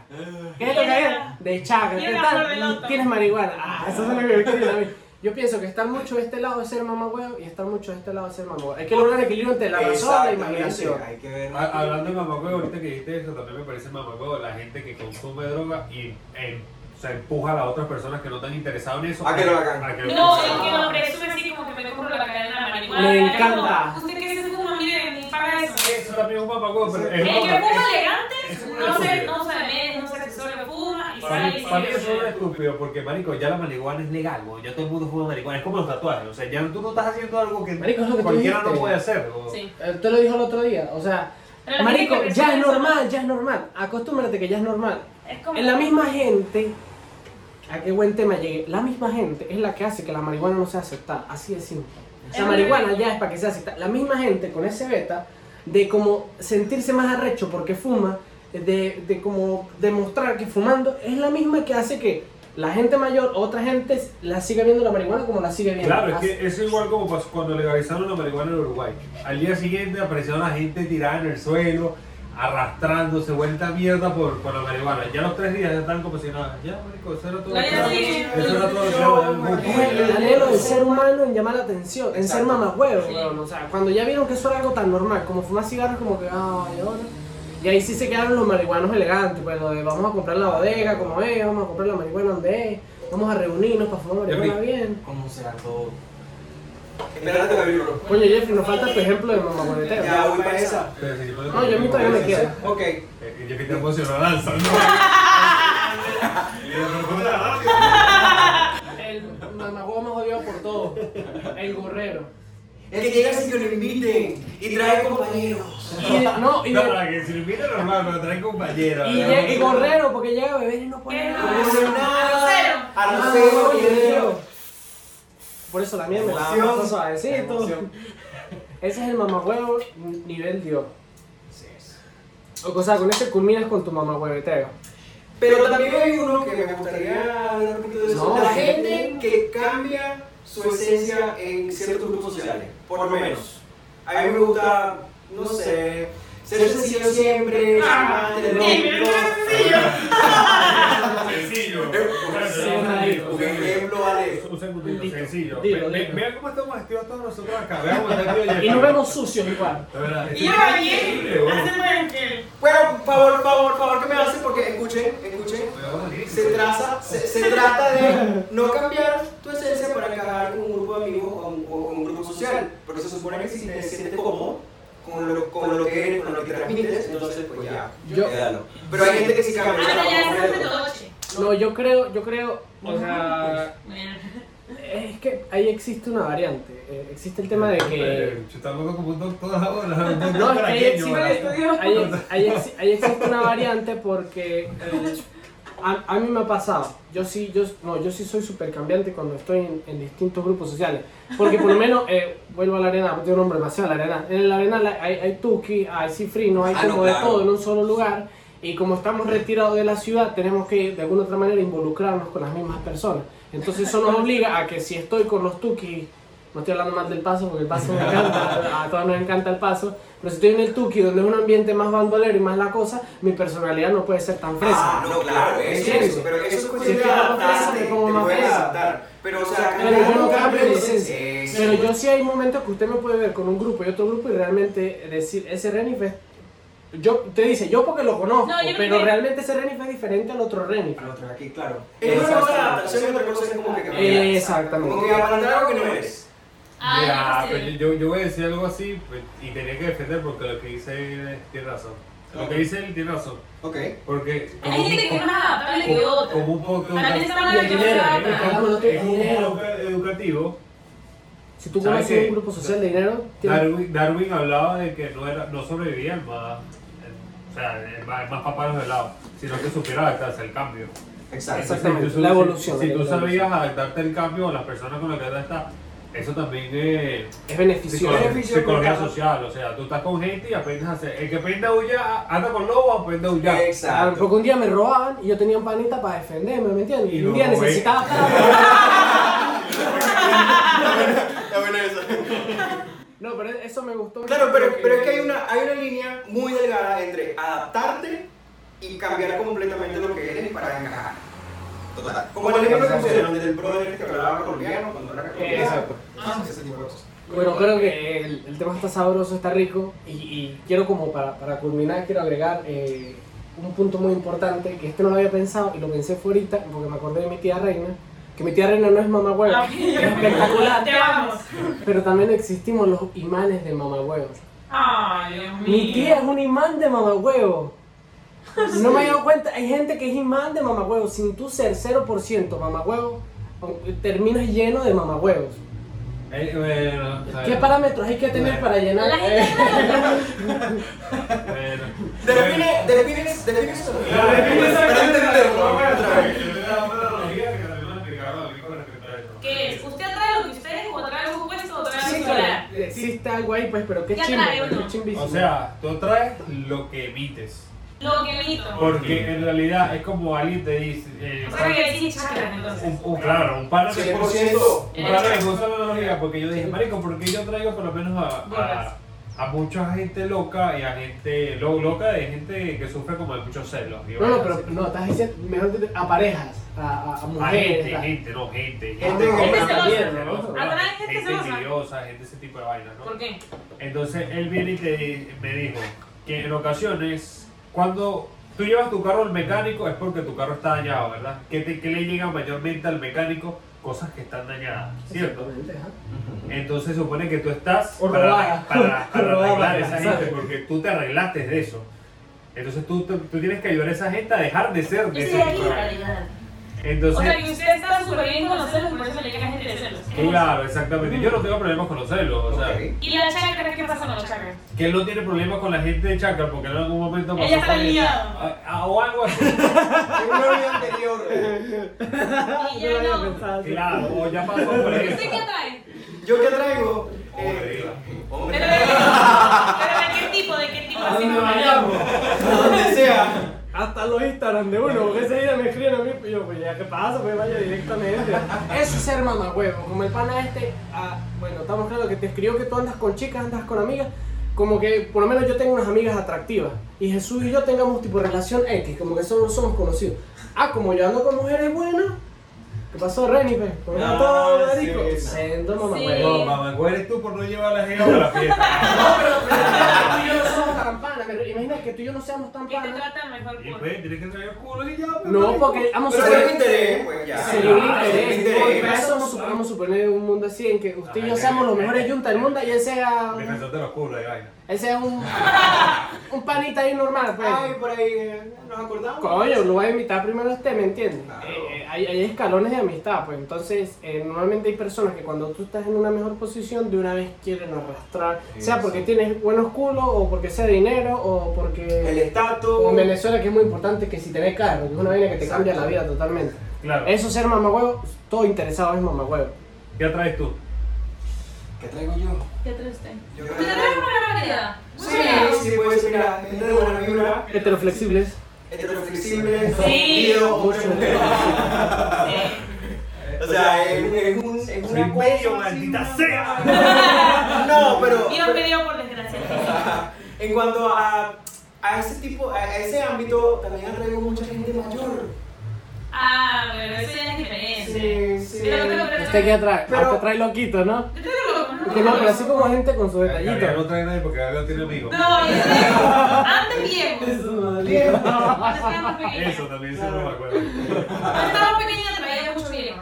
A: ¿Qué es lo que es? De chakra. ¿Qué
E: Tiene la
A: tal?
E: flor de loto.
A: Tienes marihuana. Ah, eso es lo que me escriben a mí. Yo pienso que estar mucho de este lado es ser mamá y estar mucho de este lado es ser mamá Hay que lograr equilibrio entre la razón y la
D: Exactamente,
A: imaginación.
D: Hay que ver.
B: Ha- Hablando de mamagüevo, ahorita que dijiste eso, también me parece mamagüevo la gente que consume droga y eh, se empuja a las otras personas que no están interesadas en eso
D: A que lo hagan.
B: a que lo
E: No, eh.
B: hagan.
E: el que lo presume así como que me compro la cadena de marihuana.
A: Me
E: es como,
A: encanta.
E: Usted que se fuma, mire, ni paga eso.
B: Eso también es un mamagüevo, pero
E: El
B: es
E: que
B: mamagüevo.
E: fuma elegante,
B: es una
E: no se,
B: estupidez.
E: no se ve, no se accesora, fuma y
B: Para
E: sale
B: mí,
E: y
B: para mí eso es
E: sigue.
B: estúpido porque, marico, ya la marihuana es legal, güey. ya todo el mundo fuma marihuana. Es como los tatuajes, o sea, ya tú no estás haciendo algo que,
A: Marico, es lo que tú
B: cualquiera no
A: dijiste.
B: puede hacer. güey.
E: Sí.
A: Usted Eh, lo dijo el otro día, o sea,
E: Pero la
A: marico,
E: gente que
A: ya es
E: presume eso,
A: normal, ya es normal. Acostúmbrate que ya es normal.
E: Es como.
A: En la misma gente, a qué buen tema llegué, la misma gente es la que hace que la marihuana no sea aceptada, así de simple. O sea,
E: Es
A: marihuana
E: verdad.
A: ya es para que sea aceptada. La misma gente con ese beta de como sentirse más arrecho porque fuma, de, de como demostrar que fumando, es la misma que hace que la gente mayor, otra gente, la siga viendo la marihuana como la sigue viendo.
B: Claro, es
A: Así-
B: que es igual como pas- cuando legalizaron la marihuana en Uruguay. Al día siguiente aparecieron la gente tirada en el suelo, arrastrándose, vuelta mierda por, por la marihuana. Ya los tres días ya están como si nada. Ya, marico, eso era todo.
E: No, ya
B: el-
E: sí.
B: Eso era todo. el
D: Yo,
B: show,
D: marico.
B: marico.
A: El anhelo del ser humano en llamar la atención, en ser
D: Exacto.
A: mamagüevo,
E: Sí.
A: weón. O sea, cuando ya vieron que eso era algo tan normal, como fumar cigarros, como que, ay, ahora. Y ahí sí se quedaron los marihuanos elegantes, pues lo de vamos a comprar la bodega como es, vamos a comprar la marihuana donde es, vamos a reunirnos para fumar marihuana
B: Jeffrey.
A: bien.
D: ¿Cómo será todo? Espérate que abrirlo.
A: Coño, Jeffrey, nos falta tu ejemplo de mamagüeviteo.
D: Ya voy para esa.
B: Pero si yo-
A: No, yo a mí todavía me queda.
D: Ok.
B: Eh, Yo que te emocionó lanzando.
A: El mamagüevo más odiado por todo, el gorrero.
D: El que llega sin que lo inviten y trae compañeros.
A: Y de- no, y,
B: No,
A: de-
B: para que se olvide normal, pero trae compañero.
A: y de- y gorrero, porque llega a beber y no puede
E: ¿Qué?
A: nada.
D: No sé nada.
A: Ah,
D: A Lucero
A: oye,
D: y Leo.
A: Por eso la mierda, la
D: Emoción.
A: vamos suavecito.
D: Emoción.
A: Ese es el mamagüevo nivel Dios. O sea, con ese culminas con tu mamagüeveteo.
D: Pero también hay uno que me gustaría hablar un poquito de eso.
A: No,
D: la
A: sí.
D: gente que cambia su esencia en ciertos grupos sociales, por lo menos. A mí me gusta, no sé, ser sencillo siempre, ser
E: Ah,
D: amante de
E: dime,
D: lógico.
E: sencillo.
B: Sencillo.
D: Un ejemplo, vale.
B: Un segundito,
A: Dilo,
B: sencillo.
A: dilo,
B: Ve- ve-
A: dilo.
B: Mira cómo estamos vestidos todos nosotros acá. Veamos cómo está el tío
A: Y nos
B: Jeffrey.
A: vemos sucios igual.
B: De verdad,
E: Y yo
B: es
E: aquí,
B: increíble, güey.
E: hace más que.
D: Bueno, favor, favor, favor, que me hacen porque escuchen, escuchen. Se, traza, se, se trata de no cambiar tu esencia para encajar con un grupo de amigos o un, o un grupo social. Porque se supone que si te sientes cómodo con lo, con lo que eres, con lo que transmites, entonces pues ya,
A: Yo-
D: quédalo. Pero hay gente que sí
E: Ah,
D: cambia.
E: no, ya se hace
D: completo.
E: noche.
A: No, yo creo, yo creo, o sea,
E: Bueno.
A: es que ahí existe una variante. Eh, Existe el tema de que.
B: Yo tampoco como un doctor ahora. un doctor
A: No, es que ahí
B: caraqueño,
A: existe,
B: ¿verdad?
A: ahí ex- ahí ex- ahí existe una variante porque eh, a, a mí me ha pasado. Yo sí, yo, no, yo sí soy súper cambiante cuando estoy en, en distintos grupos sociales. Porque por lo menos, eh, vuelvo a la arena, tengo un nombre demasiado a la arena. En la arena la- hay, hay tuki, hay cifrino, hay
D: Ah,
A: como
D: no,
A: de
D: claro.
A: todo en un solo lugar. Y como estamos retirados de la ciudad, tenemos que de alguna u otra manera involucrarnos con las mismas personas. Entonces eso nos obliga a que si estoy con los tuki no estoy hablando mal del paso porque el paso me encanta, a todos nos encanta el paso. Pero si estoy en el Tuki, donde es un ambiente más bandolero y más la cosa, mi personalidad no puede ser tan fresa.
D: Ah, no, claro, eso,
A: ¿Entiendes?
D: eso, pero eso es
A: Si es
D: cuestión de
A: que no fresa,
D: adaptarte,
A: me
D: te
A: pongo más
D: puedes
A: fresa.
D: adaptar. Pero, o sea,
A: Pero yo
D: Ah,
A: no cambio mi esencia.
D: Sí,
A: Pero yo sí hay momentos que usted me puede ver con un grupo y otro grupo y realmente decir, ese Renif es... Yo, te dice, yo porque lo conozco,
E: No, yo creo
A: pero
E: que-
A: realmente ese Renif es diferente al otro Renif.
D: Al otro aquí, claro. Es una cosa de adaptación y otra cosa es como que cambiar.
A: Exactamente.
D: Como que aparentar algo que no eres.
E: Ah,
B: Ya,
E: no,
B: pero
E: sí.
B: yo, yo voy a decir algo así pues, y tenía que defender porque lo que dice él tiene razón. Lo que dice él tiene razón.
D: Ok.
B: Porque.
E: Hay gente que es más adaptable que
B: como,
E: otra.
B: como un poco.
E: Para mí está mal
A: Y
E: la
A: el
E: que no se
A: dinero,
E: adapta.
A: el dinero.
B: Es un poco educativo.
A: Si tú
B: ¿Sabes
A: conoces
B: qué?
A: un grupo social de dinero, tienes-
B: Darwin, Darwin hablaba de que no, era, no sobrevivía el más. el- o sea, el más, el más papá de los helados, sino que supiera adaptarse al cambio.
D: Exacto.
A: Ah, Exactamente,
B: Entonces, si tú-
A: la
B: si-
A: evolución,
B: Si,
A: la
B: tú
A: evolución.
B: sabías adaptarte al cambio a las personas con las que ahora estás, eso también es
A: es beneficioso.
B: psicología,
D: Beneficio
B: psicología
D: aplicado.
B: social. O sea, tú estás con gente y aprendes a hacer. El que aprende a huir, anda con lobo, aprende a huir.
A: Ah,
D: Exacto.
A: Porque un día me robaban y yo tenía un panita para defenderme, ¿me entiendes?
B: Y
A: Y un día
B: luego, güey.
A: necesitaba
D: Está bueno eso.
A: No, pero eso me gustó.
D: Claro, pero, pero es que hay una, hay una línea muy delgada entre adaptarte y cambiar completamente lo que eres para encajar. Total. Como el ejemplo que pusieron del brother este que hablaba colombiano cuando
B: Eh,
D: era colombiano.
A: Exacto.
D: Entonces, Ah, Ese tipo de cosas.
A: Bueno, creo que eh, el, el tema está sabroso, está rico. Y, y quiero, como para, para culminar, quiero agregar eh, un punto muy importante que este no lo había pensado y lo pensé fue ahorita porque me acordé de mi tía Reina. Que mi tía Reina no es mamá huevo,
E: Ah,
A: es espectacular.
E: Te vamos.
A: Pero también existimos los imanes de mamá huevo.
E: Ay, Dios mío.
A: Mi tía es un imán de mamagüevo. No me he dado cuenta, hay gente que es imán de mamagüevo. Sin tú ser 0% mamagüevo, terminas lleno de mamagüevos.
B: Eh, bueno, o sea,
A: ¿Qué parámetros hay que tener para llenar? eh?
E: La gente
B: bueno.
D: Define, defines, defines eso.
B: Pero define esa-
D: Para entenderlo.
B: Otra vez. Yo tengo una metodología que también me explicaron a mí con respecto a eso.
E: ¿Qué es? ¿Usted atrae lo que usted es o atrae algo opuesto o atrae
A: Sí,
E: algo
A: claro,
E: solar?
A: existe algo ahí, pues, pero qué
E: Ya
A: chimbo,
E: trae uno.
A: qué chimbísimo.
B: O sea, tú traes lo que emites.
E: Lo que
A: Ah.
E: mito.
B: Porque en realidad es como alguien te dice. eh,
E: O sea que hay chakras entonces.
B: un, un- claro, un pana que
D: 100%.
B: Un pana que usa la analogía, porque yo dije, Marico, ¿por qué yo traigo por lo menos a, a, a mucha gente loca y a gente lo- loca de gente que sufre como de muchos celos. y
A: No, no,
B: vainas
A: pero
B: así.
A: no, estás diciendo mejor que te- a parejas, a, a, a
B: A gente,
A: mujeres. a-
B: gente, no, gente.
A: Ah,
B: Gente,
A: no,
B: gente,
E: gente celosa.
B: gente,
A: Ah,
E: pero hay gente
B: gente
E: celosa.
B: envidiosa, gente ese tipo de vainas, ¿no?
E: ¿Por qué?
B: Entonces él viene y te, di- me dijo que en ocasiones, cuando tú llevas tu carro al mecánico es porque tu carro está dañado, ¿verdad? Que, te, que le llegan mayormente al mecánico cosas que están dañadas, ¿cierto?
A: Exactamente, ajá.
B: Entonces supone que tú estás
A: O
B: para,
A: robada.
B: para, para
A: Robada,
B: arreglar a esa
A: ¿sabes?
B: gente porque tú te arreglaste de eso. Entonces tú, tú, tú tienes que ayudar a esa gente a dejar de ser de
F: Yo
B: ese
F: estoy aquí
B: tipo de
F: para
B: vaina.
F: ayudar.
E: O
B: Entonces,
E: sea, que usted está súper bien con los celos, por eso le llega gente de celos.
B: claro, exactamente. Yo no tengo problemas con los celos, o sea,
D: Ok.
E: ¿Y la chacra qué pasa con la chacra?
B: que él no tiene problemas con la gente de Chakra porque en algún momento pasó
E: Ella está
B: por él.
E: aliviada.
B: Ah, ah, o algo así.
D: En una vida anterior,
E: Y ya
A: había
E: no.
A: pensado así.
B: Claro, o ya pasó por
E: ¿Usted qué
B: eso.
E: trae?
D: ¿yo qué traigo?
B: Hombre,
D: Eh,
B: diga.
D: hombre,
E: Pero de, pero de qué tipo, de qué tipo
B: Ah,
A: ¿A
E: así
A: dónde vayamos?
D: donde sea.
A: Hasta los Instagram de uno, porque ese día me escriben a mí, y yo, pues ya, ¿qué pasa? Pues vaya directamente. Eso es ser mamagüevo, como el pana este, ah, bueno, estamos claros que te escribió que tú andas con chicas, andas con amigas, como que por lo menos yo tengo unas amigas atractivas, y Jesús y yo tengamos tipo relación X, como que solo somos conocidos. Ah, como yo ando con mujeres buenas, ¿qué pasó, Reni? Pues, ¿Cómo
D: Ah,
A: todo, marico?
D: sí.
A: Sendo
B: No,
A: mamagüevo.
B: mamá, ¿cuál eres tú por no llevar a la gente a la fiesta?
A: No, pero, pero tú y yo no somos tan panas, pero imagina que tú y yo no seamos tan
E: Que te
A: panas.
E: tratan mejor
B: Y
E: por.
B: pues, tienes que traer el culo y ya. pues,
A: No,
B: marico.
A: porque vamos
D: Pero
A: a ver-
D: hay un interés, pues ya.
A: Sería un
B: Ah,
A: interés.
D: sería un interés.
A: Por eso vamos, a- vamos a suponer un mundo así en que usted y yo
B: Ah,
A: seamos los
B: ya, ya,
A: mejores
B: ya.
A: yuntas del mundo y él sea un,
B: Defensor de los culos y vaina.
A: él sea un, un panita ahí normal. Pues.
D: Ay, por ahí, eh, ¿nos acordamos?
A: Coño, lo voy a invitar primero a usted, ¿me entiendes?
D: Claro.
A: Eh, eh, hay, hay escalones de amistad, pues entonces eh, normalmente hay personas que cuando tú estás en una mejor posición de una vez quieren arrastrar, sea porque tienes buenos culos o porque sea dinero o
D: El
A: porque... O en
D: estatus.
A: Venezuela que es muy importante que si tenés carro, que es una vaina que te cambia la vida totalmente.
B: Claro.
A: Eso ser mamagüevo, todo interesado es mamagüevo.
B: ¿Qué atraes tú?
D: ¿Qué traigo yo?
F: ¿Qué trae usted?
D: Yo
F: ¿Usted trae una gran variedad?
D: Sí,
F: Mucha.
D: sí, puede ser, mira, gente de buena vibra,
A: Heteroflexibles.
D: heteroflexible,
E: Sí.
D: comprometido,
A: Mucho.
E: Sí.
D: O sea, es, un- es un, es
B: Soy
D: una
B: medio,
D: cosa así,
B: maldita
D: una-
B: sea.
D: No, pero
E: Y no me dio por desgracia.
D: en cuanto a, a ese tipo, a a ese ámbito, también atraigo mucha gente mayor.
E: Ah, pero eso ya es diferente.
D: Sí, sí.
E: Pero no te lo
A: Usted que atrae,
D: Pero-
A: hasta trae loquito, ¿no?
E: Yo te lo loco,
A: Porque no, pero así como gente con su
B: Gabriel
A: detallito.
B: no trae nadie porque Gabriel tiene amigos.
E: No, yo te digo, antes viejos.
D: Bien.
E: Cuando estábamos pequeños.
B: Eso también siempre me acuerdo.
E: Cuando estábamos pequeños traía mucho viejo.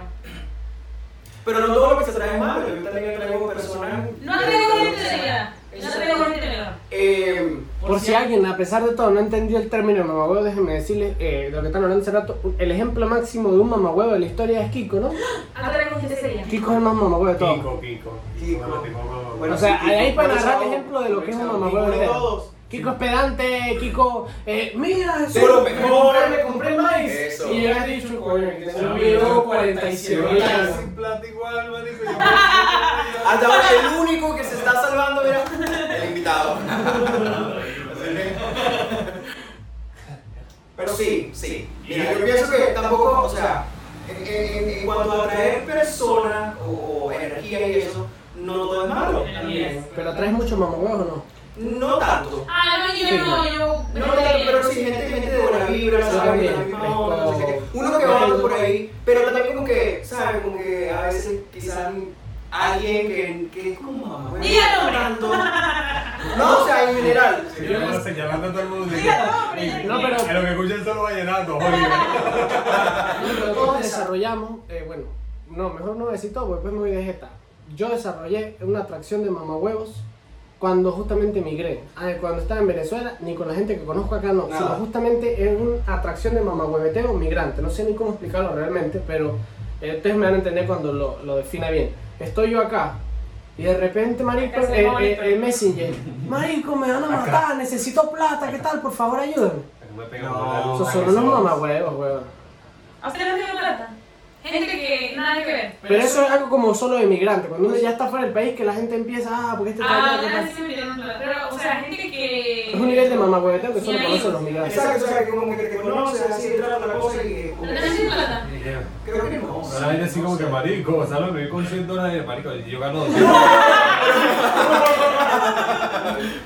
D: Pero no todo lo que se trae es malo, yo también atraigo personas.
E: No traigo gente de verdad. No traigo gente de verdad.
D: Eh,
A: Por si alguien, a pesar de todo, no entendió el término mamagüevo, déjenme decirles eh, lo que están hablando hace rato. El ejemplo máximo de un mamagüevo de la historia es Kiko, ¿no?
F: Ah, traigo gente seria.
A: Kiko es el más mamagüevo de todos.
B: Kiko, Kiko.
D: Kiko.
B: Bueno, tipo, no, no.
A: O sea,
D: sí,
A: ahí
D: Kiko,
A: para
D: por
A: narrar
D: eso-
A: ejemplo de lo que es un
D: Kiko
A: mamagüevo
D: de
A: de
D: todos.
A: Kiko es pedante, Kiko, eh, mira, Jesús,
D: Tú lo
A: me
D: mejor.
A: compré, me compré maíz.
D: Eso.
A: Y yo he dicho, coño, que se me
B: Amigo,
A: olvidó 47
B: Yo
A: mil.
B: me quedé sin plata igual, marico. yo me quedé sin
D: Hasta ahora el único que se está salvando, mira, el invitado. Pero sí, sí. Mira, yo pienso que tampoco, o sea, en, en- en cuanto a atraer personas o, o energía y eso, no todo es malo.
A: Pero traes mucho mamagüevo, ¿no?
D: No tanto.
E: Ah, no, yo no, yo.
D: No tanto, pero sí, gente, gente de buena vibra, ¿sabes? De la misma onda, no sé qué. Uno que va andando por ahí, pero también como que, ¿sabes? Como que a veces quizás alguien que, que es como mamá. güey,
E: Diga nombre.
D: tanto. No, o sea, en general.
B: plata. Yo me voy señalando a todo el mundo.
A: No, pero
B: A lo que escuchen solo vallenato, jodido.
A: No, pero todos desarrollamos, eh, bueno, no, mejor no decir todo, porque después me voy de jeta. Yo desarrollé una atracción de mamahuevos cuando justamente migré. Ah, Cuando estaba en Venezuela, ni con la gente que conozco acá no,
D: Nada.
A: sino justamente es una atracción de mamahueveteo migrante. No sé ni cómo explicarlo realmente, pero eh, ustedes me van a entender cuando lo, lo defina bien. Estoy yo acá. Y de repente, marico,
E: Acá se
A: el,
E: llama
A: el-
E: esto.
A: el messenger, marico, me van a matar, necesito plata, ¿qué tal? Por favor, ayúdenme.
B: No me pega
D: No,
B: con la luz,
A: Esos
B: que
A: son
B: se
A: unos
B: va.
A: mamahuevos, huevón.
E: ¿A usted no tiene plata? Gente que nada que ver.
A: Pero eso es algo como solo de migrante, cuando uno ya está fuera del país que la gente empieza, ah, porque este está
E: Ah,
A: allá, ¿qué
E: ya
A: pasa?
E: sí me dieron plata. Pero, o sea, gente que.
A: Es un nivel de mamagüevete que solo
E: Sí,
A: conocen los
E: ahí.
A: migrantes.
D: Exacto, o sea, que como que te conoces, así entra la cosa y que.
E: ¿No tiene plata?
B: Y yo,
D: Creo que no. o sea,
B: Ahora viene así como que
D: no sé.
B: marico, o sea, lo me vi con 100 dólares de marico y yo gano 200.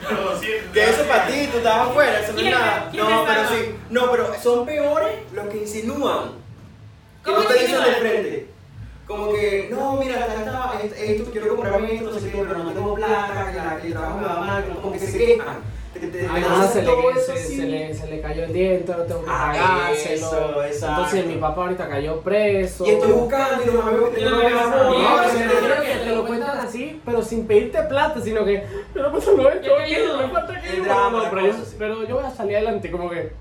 G: Pero sí,
D: Que eso para ti, tú estabas afuera, eso no es
E: ¿Quién
D: nada.
E: es- quién
D: No,
E: es
D: pero
E: nada?
D: sí. No, pero son peores los que insinúan. Que
E: ¿Cómo
D: no te dicen de
E: insinúan?
D: frente. Como que, no, mira, tal, tal, es- esto, quiero comprarme esto, no sé qué, pero no tengo plata, que, la, que el trabajo me va mal, que no- como que se quejan. Te- te- te
A: Ay,
D: hacen
A: no, Ah, se le,
D: todo
A: se,
D: eso así.
A: se le, se le cayó el diente, ahora tengo que
D: Ah,
A: pagárselo.
D: eso, exacto.
A: Entonces mi papá ahorita cayó preso.
D: Y estoy buscando y los amigos que
E: Y
D: tengo
E: no
D: que
E: me
D: hacer.
E: vas a
A: No,
E: pagar.
D: No,
A: pero
D: no,
A: yo creo que te lo cuentan así, pero sin pedirte plata, sino que, pero pues no esto,
E: Yo te ayudo.
A: me falta que
D: El
A: yo-
D: drama,
A: no,
D: la
A: pero, yo-
D: cosa, sí.
A: pero yo voy a salir adelante, como que,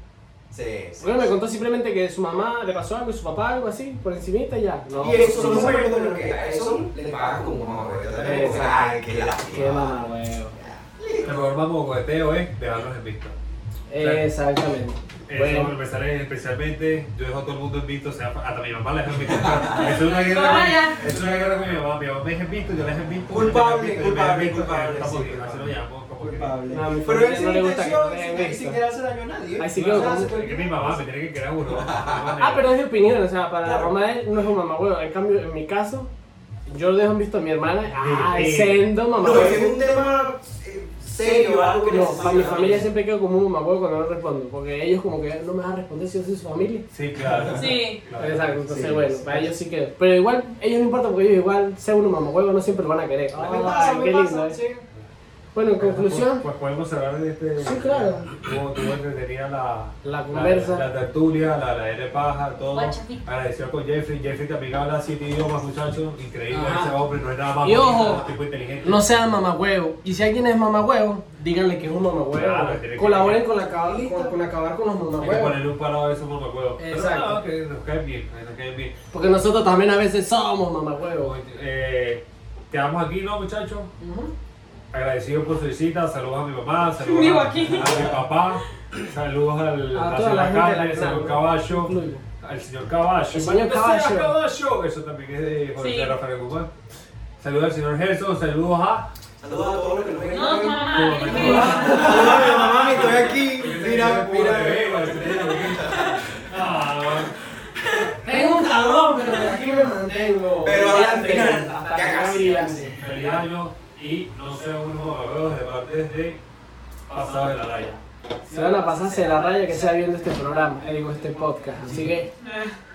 D: Sí, sí.
A: bueno, me contó simplemente que su mamá le pasó algo, su papá algo así, por encimita y ya. No,
D: Y eso
A: sí,
D: son los
A: sí.
D: momentos en los que a eso le pagas como mamá, güey. También como que, Ay, qué lástima.
A: Qué mamahuevo.
B: El mejor vamos coqueteo es dejarlos en visto.
A: Exactamente.
B: Eso,
A: Bueno.
B: empezar es- especialmente, yo dejo a todo el mundo en visto, o sea, hasta mi mamá la dejo en visto. es una guerra,
E: Vaya.
B: con, es una guerra con mi mamá, mi mamá me deja en visto, yo la dejo en visto.
D: Culpable,
B: yo la dejo en visto, yo la dejo en
D: culpable,
B: visto,
D: culpable,
B: estamos
D: sí,
B: bien, así lo
D: culpable.
B: llamo, como que-
D: culpable.
A: No, a mi
D: pero
A: familia
D: esa es
A: no le
D: la
A: gusta que
D: intención,
A: lo vean
D: sin-
A: esto.
D: sin querer hacer daño a nadie.
A: Ahí sí
D: No,
A: quedo
D: o sea,
A: con-
D: se puede-
B: Es que mi mamá me tiene que crear uno.
A: Ah, pero es de opinión, o sea, para la
D: Claro.
A: mamá de él no es un mamahuevo. En cambio, en mi caso, yo dejo en visto a mi hermana. Ah,
B: Sí.
A: es sendo
D: No,
A: mamahuevo.
D: es un tema eh, serio, algo que
A: No,
D: necesita.
A: para mi familia siempre quedo como un mamahuevo cuando no respondo, porque ellos como que no me van a responder si yo soy su familia.
B: Sí, claro.
E: Sí.
B: Claro.
A: Exacto, entonces
D: Sí,
A: bueno,
D: sí.
A: para ellos sí quedo. Pero igual, ellos no importa porque ellos igual, sea uno mamahuevo, no siempre lo van a querer.
D: Me
A: Ay,
D: pasa, me
A: qué
D: pasa,
A: lindo, eh.
D: sí.
A: Bueno, en
B: Pues-
A: conclusión,
B: Pues podemos cerrar de este.
A: Sí, claro.
B: Tuvo, tuvo entretenida la,
A: La conversa.
B: La, la tertulia, la ladera de paja, todo.
H: Guachafita.
B: Agradecido con Jeffrey. Jeffrey también habla siete idiomas, muchachos. Increíble
A: Ajá.
B: ese hombre, no es nada más.
A: Y
B: bonito,
A: ojo,
B: un tipo inteligente.
A: no sean mamahuevo. Y si alguien es mamahuevo, díganle que es un mamahuevo.
B: Claro, tiene que-
A: Colaboren con, la, caba- con, con acabar con los
B: Hay que
A: mamahuevos.
B: ponerle un parado a eso, no me acuerdo.
A: Exacto.
B: Pero no, que nos cae bien, que nos cae bien.
A: Porque nosotros también a veces somos mamahuevos.
B: Eh, quedamos aquí, ¿no, muchachos? Agradecido por su visita, saludos a mi mamá, saludos
E: Digo
B: a,
E: aquí.
B: a mi papá, saludos al
A: A
B: a
A: toda la
B: señora
A: gente de la
B: Carla, al señor
A: Hernán.
B: Caballo,
A: Incluyo.
B: al señor Caballo,
A: El señor
B: ¡Maldito
A: Caballo!
B: sea Caballo! Eso también es de José
E: Sí.
B: Rafael Guzmán. Saludos al señor Gerson, saludos a.
D: Saludos a todos los que nos ven.
E: No, tu
D: Saludos
E: mamá, tienes que ir.
D: a mi mamá, estoy aquí. Mira, mira.
B: Ah,
A: Tengo un cabrón, pero aquí me mantengo.
D: Pero al
A: Brillante,
D: final,
A: hasta
D: ya
A: que
D: casi.
A: brillante.
B: feliz año y no sea uno de parte de Pasado de la Raya.
A: Se van a pasarse de la raya que sea viendo este programa, eh, digo, este podcast. Así que
E: Eh,